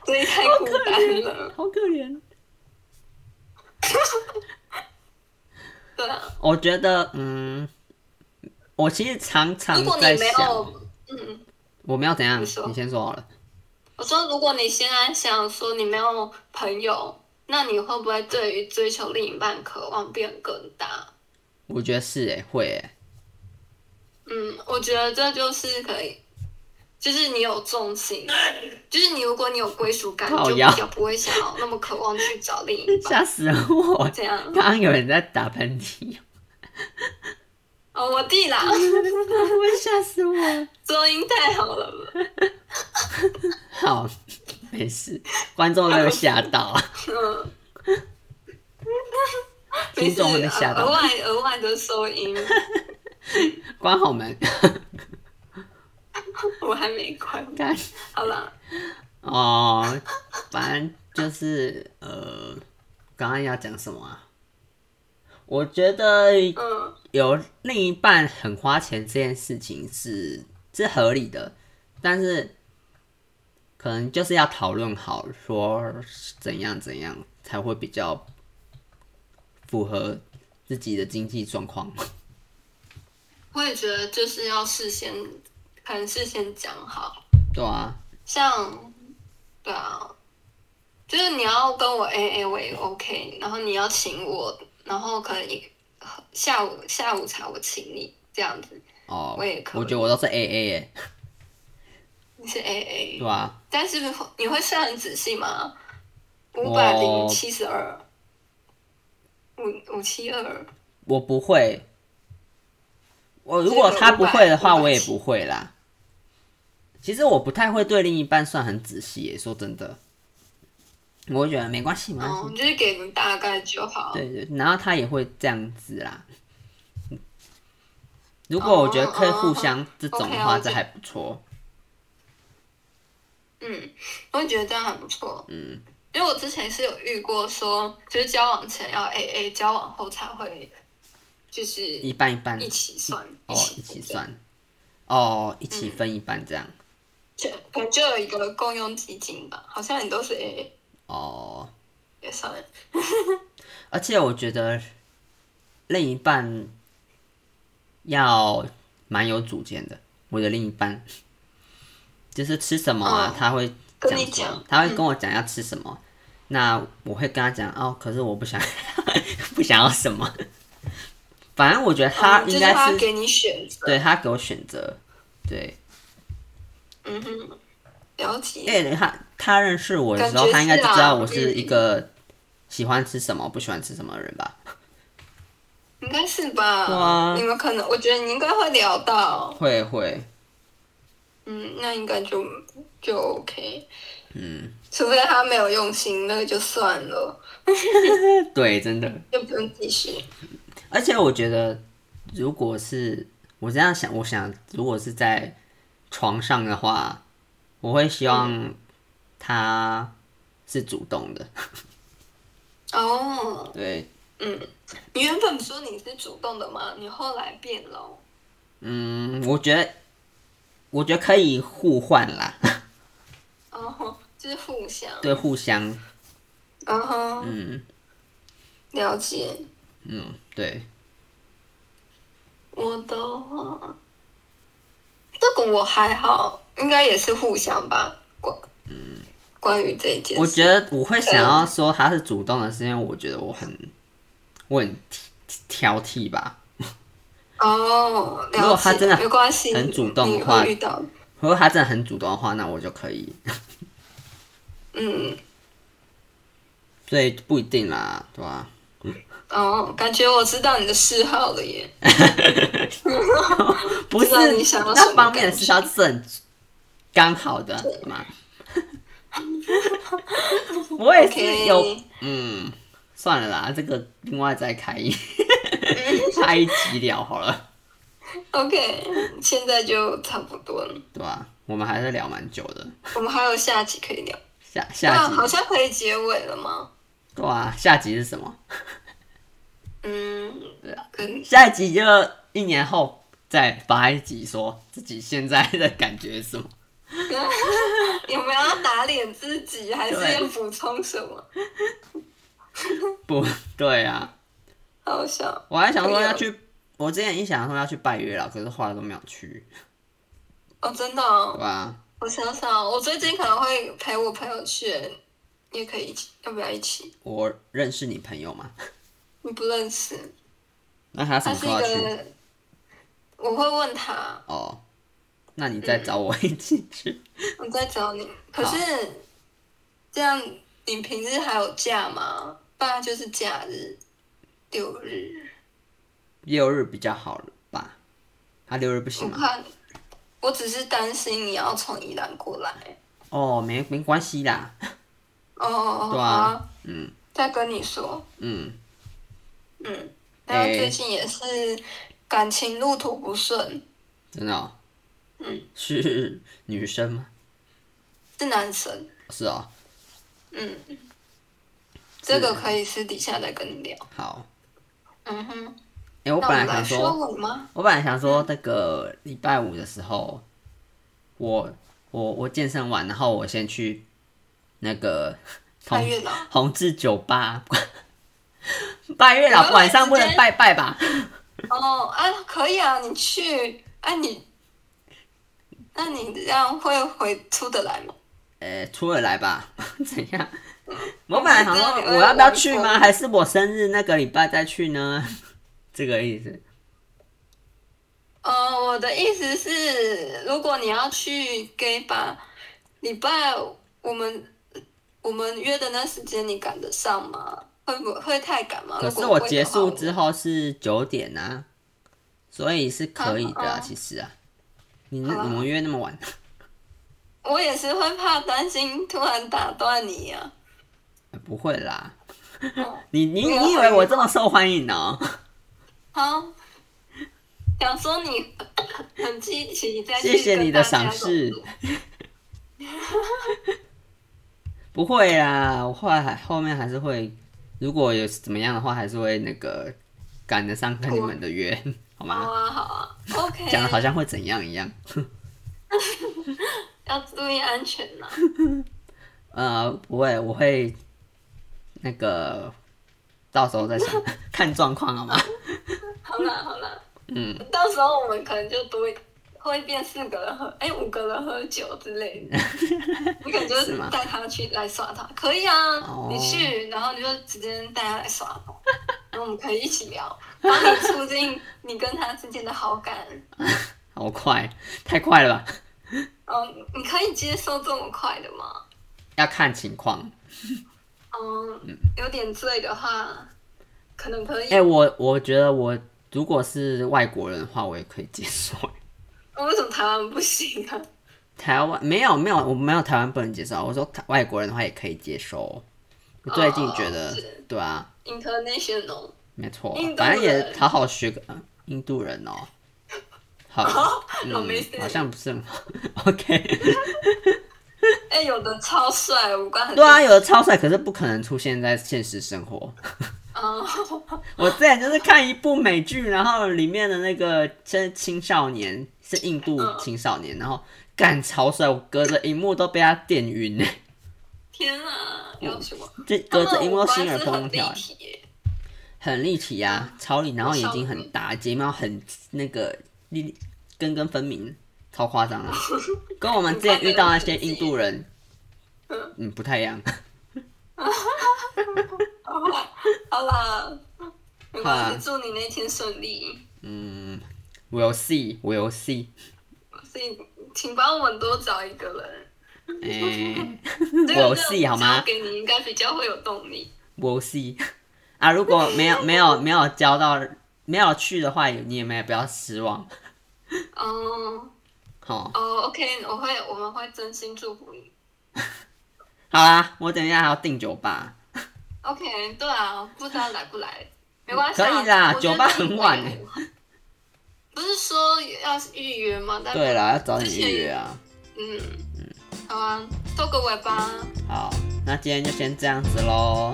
[SPEAKER 2] 所以太孤单了。
[SPEAKER 1] 好可怜。
[SPEAKER 2] 对啊，
[SPEAKER 1] 我觉得，嗯，我其实常常
[SPEAKER 2] 如果你
[SPEAKER 1] 啊在
[SPEAKER 2] 没
[SPEAKER 1] 想，
[SPEAKER 2] 有，嗯，
[SPEAKER 1] 我们要怎样？
[SPEAKER 2] 你说
[SPEAKER 1] 你先说好了。
[SPEAKER 2] 我说如果你现在想说你没有朋友，那你会不会对于追求另一半渴望变更大？
[SPEAKER 1] 我觉得是诶、会欸诶、
[SPEAKER 2] 嗯，我觉得这就是可以，就是你有重心，就是你如果你有归属感，
[SPEAKER 1] 靠
[SPEAKER 2] 就比
[SPEAKER 1] 腰
[SPEAKER 2] 较不会想要那么渴望去找另一半。
[SPEAKER 1] 吓死了我！
[SPEAKER 2] 这样
[SPEAKER 1] 刚刚有人在打喷嚏，
[SPEAKER 2] 哦，我弟 啦，
[SPEAKER 1] 我吓死我了。
[SPEAKER 2] 收音太好了吧？
[SPEAKER 1] 好，没事，观众没有吓到，啊
[SPEAKER 2] 嗯，
[SPEAKER 1] 听众会被吓
[SPEAKER 2] 没事额啊
[SPEAKER 1] 到。
[SPEAKER 2] 外额外的收音，
[SPEAKER 1] 关好门，
[SPEAKER 2] 我还没关。
[SPEAKER 1] 看
[SPEAKER 2] 好啦，
[SPEAKER 1] 哦，反正就是呃，刚刚要讲什么啊？我觉得
[SPEAKER 2] 嗯，
[SPEAKER 1] 有另一半很花钱这件事情是是合理的，但是可能就是要讨论好说怎样怎样才会比较符合自己的经济状况。
[SPEAKER 2] 我也觉得就是要事先，可能事先讲好。
[SPEAKER 1] 对啊，
[SPEAKER 2] 像，对啊，就是你要跟我 A A 我也 OK，然后你要请我，然后可以下午下午茶我请你这样子，
[SPEAKER 1] 哦，
[SPEAKER 2] 我也可以
[SPEAKER 1] 觉得我都是 A A 哎，
[SPEAKER 2] 你是 A A，
[SPEAKER 1] 对啊，
[SPEAKER 2] 但是你会算很仔细吗？五百零
[SPEAKER 1] 我
[SPEAKER 2] 七十二，五五七二，
[SPEAKER 1] 我不会。我如
[SPEAKER 2] 这
[SPEAKER 1] 果
[SPEAKER 2] 个
[SPEAKER 1] 他不会的话，
[SPEAKER 2] 500
[SPEAKER 1] 我也不会啦。其实我不太会对另一半算很仔细耶，说真的，我会觉得没关系，没关系。
[SPEAKER 2] 哦，就是给你大概就好。
[SPEAKER 1] 对对，然后他也会这样子啦。
[SPEAKER 2] 哦
[SPEAKER 1] 如果我觉得可以互相这种的
[SPEAKER 2] 哦哦
[SPEAKER 1] 话，
[SPEAKER 2] ，OK，
[SPEAKER 1] 这还不错。
[SPEAKER 2] 嗯，我也觉得这样还不错。嗯，因为我之前是有遇过说，就是交往前要 A A，交往后才会就是
[SPEAKER 1] 一半一半
[SPEAKER 2] 一起嗯算，
[SPEAKER 1] 哦，一起
[SPEAKER 2] 算，
[SPEAKER 1] 算哦，一起分一半这样
[SPEAKER 2] 就可能就有一个共用基金吧，好像你都是 A A
[SPEAKER 1] 哦。
[SPEAKER 2] 也算，
[SPEAKER 1] 而且我觉得另一半要蛮有主见的。我的另一半就是吃什么啊，
[SPEAKER 2] 哦
[SPEAKER 1] 他会
[SPEAKER 2] 跟
[SPEAKER 1] 讲
[SPEAKER 2] 你
[SPEAKER 1] 说
[SPEAKER 2] 讲嗯
[SPEAKER 1] 他会跟我讲要吃什么，那我会跟他讲哦，可是我不想 不想要什么。反正我觉得他
[SPEAKER 2] 嗯就
[SPEAKER 1] 应
[SPEAKER 2] 是
[SPEAKER 1] 该
[SPEAKER 2] 他
[SPEAKER 1] 是、
[SPEAKER 2] 给你选择，
[SPEAKER 1] 对他给我选择，对，
[SPEAKER 2] 嗯哼，了
[SPEAKER 1] 因
[SPEAKER 2] 解，
[SPEAKER 1] 为他他认识我的时
[SPEAKER 2] 感觉
[SPEAKER 1] 候，
[SPEAKER 2] 是
[SPEAKER 1] 他应该就知道
[SPEAKER 2] 啊
[SPEAKER 1] 我是
[SPEAKER 2] 嗯
[SPEAKER 1] 一个喜欢吃什么、不喜欢吃什么的人吧。
[SPEAKER 2] 应该是吧？
[SPEAKER 1] 对啊
[SPEAKER 2] 你们可能，我觉得你应该会聊到，
[SPEAKER 1] 会会，
[SPEAKER 2] 嗯，那应该就就 OK，
[SPEAKER 1] 嗯，
[SPEAKER 2] 除非他没有用心，那个就算了，
[SPEAKER 1] 对，真的。
[SPEAKER 2] 就不用继续。
[SPEAKER 1] 而且我觉得，如果是我这样想，我想如果是在床上的话，我会希望他是主动的，
[SPEAKER 2] 哦，
[SPEAKER 1] 对，
[SPEAKER 2] 你原本说你是主动的嘛，你后来变了哦。
[SPEAKER 1] 嗯，我觉得，我觉得可以互换啦，
[SPEAKER 2] 哦，就是互相，
[SPEAKER 1] 对，互相，
[SPEAKER 2] 嗯哼，
[SPEAKER 1] 嗯
[SPEAKER 2] 了解。
[SPEAKER 1] 嗯，对，
[SPEAKER 2] 我的话，这个我还好，应该也是互相吧。关，嗯关于这一件事，
[SPEAKER 1] 我觉得我会想要说他是主动的，是因为我觉得我很，我很挑挑剔吧，
[SPEAKER 2] 哦，了解
[SPEAKER 1] 如果他真的
[SPEAKER 2] 没关系，
[SPEAKER 1] 很主动的话
[SPEAKER 2] 你会遇到，
[SPEAKER 1] 如果他真的很主动的话，那我就可以，
[SPEAKER 2] 嗯，
[SPEAKER 1] 所以不一定啦，对吧、
[SPEAKER 2] 哦，感觉我知道你的嗜好了耶。
[SPEAKER 1] 不是
[SPEAKER 2] 知道你想要什
[SPEAKER 1] 那
[SPEAKER 2] 么
[SPEAKER 1] 方面的
[SPEAKER 2] 感
[SPEAKER 1] 事
[SPEAKER 2] 觉
[SPEAKER 1] 情，是很刚好的嘛。 我也哎是
[SPEAKER 2] OK，
[SPEAKER 1] 有嗯，算了啦，这个另外再开一 开一集聊好了，
[SPEAKER 2] OK，现在就差不多了，
[SPEAKER 1] 对吧、我们还是聊蛮久的，
[SPEAKER 2] 我们还有下集可以聊。
[SPEAKER 1] 下
[SPEAKER 2] 那
[SPEAKER 1] 下集
[SPEAKER 2] 啊好像可以结尾了吗？
[SPEAKER 1] 对啊，下集是什么？
[SPEAKER 2] 嗯，
[SPEAKER 1] 对啊
[SPEAKER 2] 可以，
[SPEAKER 1] 下一集就一年后再发一集，说自己现在的感觉是什么。
[SPEAKER 2] 有没有要打脸自己，还是要补充什么？
[SPEAKER 1] 不对啊，
[SPEAKER 2] 好笑。
[SPEAKER 1] 我还想说要
[SPEAKER 2] 哎
[SPEAKER 1] 去，我之前一想说要去拜月老，可是后来都没有去，
[SPEAKER 2] 哦，真的
[SPEAKER 1] 对
[SPEAKER 2] 哦、
[SPEAKER 1] 吧、
[SPEAKER 2] 我想想，我最近可能会陪我朋友去，也可以一起，要不要一起？
[SPEAKER 1] 我认识你朋友嘛，
[SPEAKER 2] 你不认识，
[SPEAKER 1] 那他什
[SPEAKER 2] 他
[SPEAKER 1] 么
[SPEAKER 2] 是
[SPEAKER 1] 时
[SPEAKER 2] 一
[SPEAKER 1] 候要去？
[SPEAKER 2] 个，我会问他，
[SPEAKER 1] 哦，那你再找我一起去。
[SPEAKER 2] 我在找你。可是这样，你平日还有假吗？不然就是假日，六日。
[SPEAKER 1] 六日比较好了吧？他六日不
[SPEAKER 2] 我
[SPEAKER 1] 行吗？
[SPEAKER 2] 怕，我只是担心你要从宜兰过来。
[SPEAKER 1] 哦，没没关系啦，
[SPEAKER 2] 哦哦哦，
[SPEAKER 1] 对
[SPEAKER 2] 好
[SPEAKER 1] 啊
[SPEAKER 2] 啊，
[SPEAKER 1] 嗯
[SPEAKER 2] 再跟你说。
[SPEAKER 1] 嗯，
[SPEAKER 2] 嗯，
[SPEAKER 1] 哎
[SPEAKER 2] 然后最近也是感情路途不顺，
[SPEAKER 1] 真的、哦。
[SPEAKER 2] 嗯，
[SPEAKER 1] 是女生吗？
[SPEAKER 2] 是男生。
[SPEAKER 1] 是哦，
[SPEAKER 2] 嗯，这
[SPEAKER 1] 啊
[SPEAKER 2] 个可以私底下再跟你聊。
[SPEAKER 1] 好。
[SPEAKER 2] 嗯哼，
[SPEAKER 1] 哎、我本
[SPEAKER 2] 那我
[SPEAKER 1] 来
[SPEAKER 2] 们
[SPEAKER 1] 想
[SPEAKER 2] 来
[SPEAKER 1] 说
[SPEAKER 2] 说，我吗？
[SPEAKER 1] 我本来想说那个礼拜五的时候，我我我健身完，然后我先去那个
[SPEAKER 2] 拜
[SPEAKER 1] 同
[SPEAKER 2] 月老，
[SPEAKER 1] 同志酒吧拜月老，晚上不能拜拜吧？
[SPEAKER 2] 哦啊，可以啊，你去，啊你，那你这样会回出得来吗？
[SPEAKER 1] 呃，出得来吧？ 怎样？我本来想说我要不要去吗？还是我生日那个礼拜再去呢？ 这个意思。
[SPEAKER 2] 呃，我的意思是，如果你要去 gay 吧，礼拜我们我们约的那时间，你赶得上吗？会不会太赶吗？
[SPEAKER 1] 可
[SPEAKER 2] 如
[SPEAKER 1] 是
[SPEAKER 2] 果
[SPEAKER 1] 我
[SPEAKER 2] 会的
[SPEAKER 1] 结
[SPEAKER 2] 话
[SPEAKER 1] 束
[SPEAKER 2] 我
[SPEAKER 1] 之后是九点啊，所以是可以的、
[SPEAKER 2] 啊
[SPEAKER 1] 啊。
[SPEAKER 2] 啊
[SPEAKER 1] 其实啊，你
[SPEAKER 2] 好啊
[SPEAKER 1] 你们约那么晚，
[SPEAKER 2] 我也是会怕担心突然打断你呀、
[SPEAKER 1] 不会啦。
[SPEAKER 2] 哦
[SPEAKER 1] 你你
[SPEAKER 2] 没有
[SPEAKER 1] 你以为我这么受欢迎哦？
[SPEAKER 2] 好，想说你很积极，再去
[SPEAKER 1] 谢谢你的
[SPEAKER 2] 跟大
[SPEAKER 1] 赏
[SPEAKER 2] 家
[SPEAKER 1] 识。不会啦，我后来还后面还是会，如果有怎么样的话，还是会那个赶得上跟你们的约， 好
[SPEAKER 2] 走。好
[SPEAKER 1] 吗？
[SPEAKER 2] 啊，好啊，OK。
[SPEAKER 1] 讲的好像会怎样一样。
[SPEAKER 2] 要注意安全呐、
[SPEAKER 1] 呃，不会，我会那个到时候再想看状况，好吗？
[SPEAKER 2] 好啦，好啦，
[SPEAKER 1] 嗯，
[SPEAKER 2] 到时候我们可能就多会变四个人喝，哎、五个人喝酒之类 的。你可能就是
[SPEAKER 1] 吗
[SPEAKER 2] 是带他去来耍他，可以啊，
[SPEAKER 1] 哦
[SPEAKER 2] 你去，然后你就直接带他来耍他，然后我们可以一起聊，帮你促进你跟他之间的好感。
[SPEAKER 1] 好快，太快了吧？
[SPEAKER 2] 嗯，你可以接受这么快的吗？
[SPEAKER 1] 要看情况。
[SPEAKER 2] 嗯，有点醉的话，可能可以。
[SPEAKER 1] 哎、我我觉得我如果是外国人的话，我也可以接受。
[SPEAKER 2] 那为什么台湾不行啊？
[SPEAKER 1] 台湾没有没有，我没有台湾不能接受。我说台外国人的话也可以接受。我最近觉得，
[SPEAKER 2] 哦是
[SPEAKER 1] 对啊，
[SPEAKER 2] international
[SPEAKER 1] 没错
[SPEAKER 2] 印，度人
[SPEAKER 1] 反正也好好学个、嗯印度人哦。 好，
[SPEAKER 2] 哦，没
[SPEAKER 1] 嗯
[SPEAKER 2] 事，。
[SPEAKER 1] 好像不是 很好。OK，
[SPEAKER 2] 哎、有的超帅，五官很
[SPEAKER 1] 对啊，有的超帅，可是不可能出现在现实生活。
[SPEAKER 2] 嗯，
[SPEAKER 1] 我之前就是看一部美剧，然后里面的那个青青少年是印度青少年，
[SPEAKER 2] 嗯
[SPEAKER 1] 然后干超帅，我隔着荧幕都被他电晕 呢，
[SPEAKER 2] 天啊，要什么？
[SPEAKER 1] 这
[SPEAKER 2] 他
[SPEAKER 1] 隔
[SPEAKER 2] 们
[SPEAKER 1] 着荧
[SPEAKER 2] 五
[SPEAKER 1] 幕
[SPEAKER 2] 官
[SPEAKER 1] 心
[SPEAKER 2] 是
[SPEAKER 1] 儿砰砰
[SPEAKER 2] 很立
[SPEAKER 1] 跳，
[SPEAKER 2] 体耶，
[SPEAKER 1] 很立体啊，超立，然后眼睛很大，睫毛很那个立根根分明，超夸张 的，跟我们之前遇到那些印度人，嗯，不太一样。
[SPEAKER 2] 好啦，好啦，没
[SPEAKER 1] 好
[SPEAKER 2] 关
[SPEAKER 1] 啦
[SPEAKER 2] 系，祝你那天顺利。
[SPEAKER 1] 嗯，We'll see，We'll see，
[SPEAKER 2] 所以，请帮我们多找一个人。
[SPEAKER 1] 哎、
[SPEAKER 2] 这个任
[SPEAKER 1] We'll
[SPEAKER 2] 务
[SPEAKER 1] see 嗯好吗
[SPEAKER 2] 交给你应该比较会有动力。
[SPEAKER 1] 我是 啊，如果没有没有没有交到没有去的话，也你也没有不要失望，
[SPEAKER 2] 哦
[SPEAKER 1] 好，
[SPEAKER 2] 哦，OK，我会，我们会真心祝福你。
[SPEAKER 1] 好啦，我等一下还要订酒吧，
[SPEAKER 2] OK，对啊，不知道来不来，没关系、
[SPEAKER 1] 可
[SPEAKER 2] 啊。
[SPEAKER 1] 以啦
[SPEAKER 2] 我觉得
[SPEAKER 1] 酒吧很晚欸
[SPEAKER 2] 不是说要预约吗？但
[SPEAKER 1] 对啦，要早点预约啊，
[SPEAKER 2] 嗯，好啊，做个尾巴，
[SPEAKER 1] 好，那今天就先这样子喽，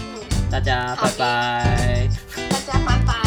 [SPEAKER 2] 嗯，
[SPEAKER 1] 大家
[SPEAKER 2] 好
[SPEAKER 1] 拜
[SPEAKER 2] 的
[SPEAKER 1] 拜。
[SPEAKER 2] 大家拜拜。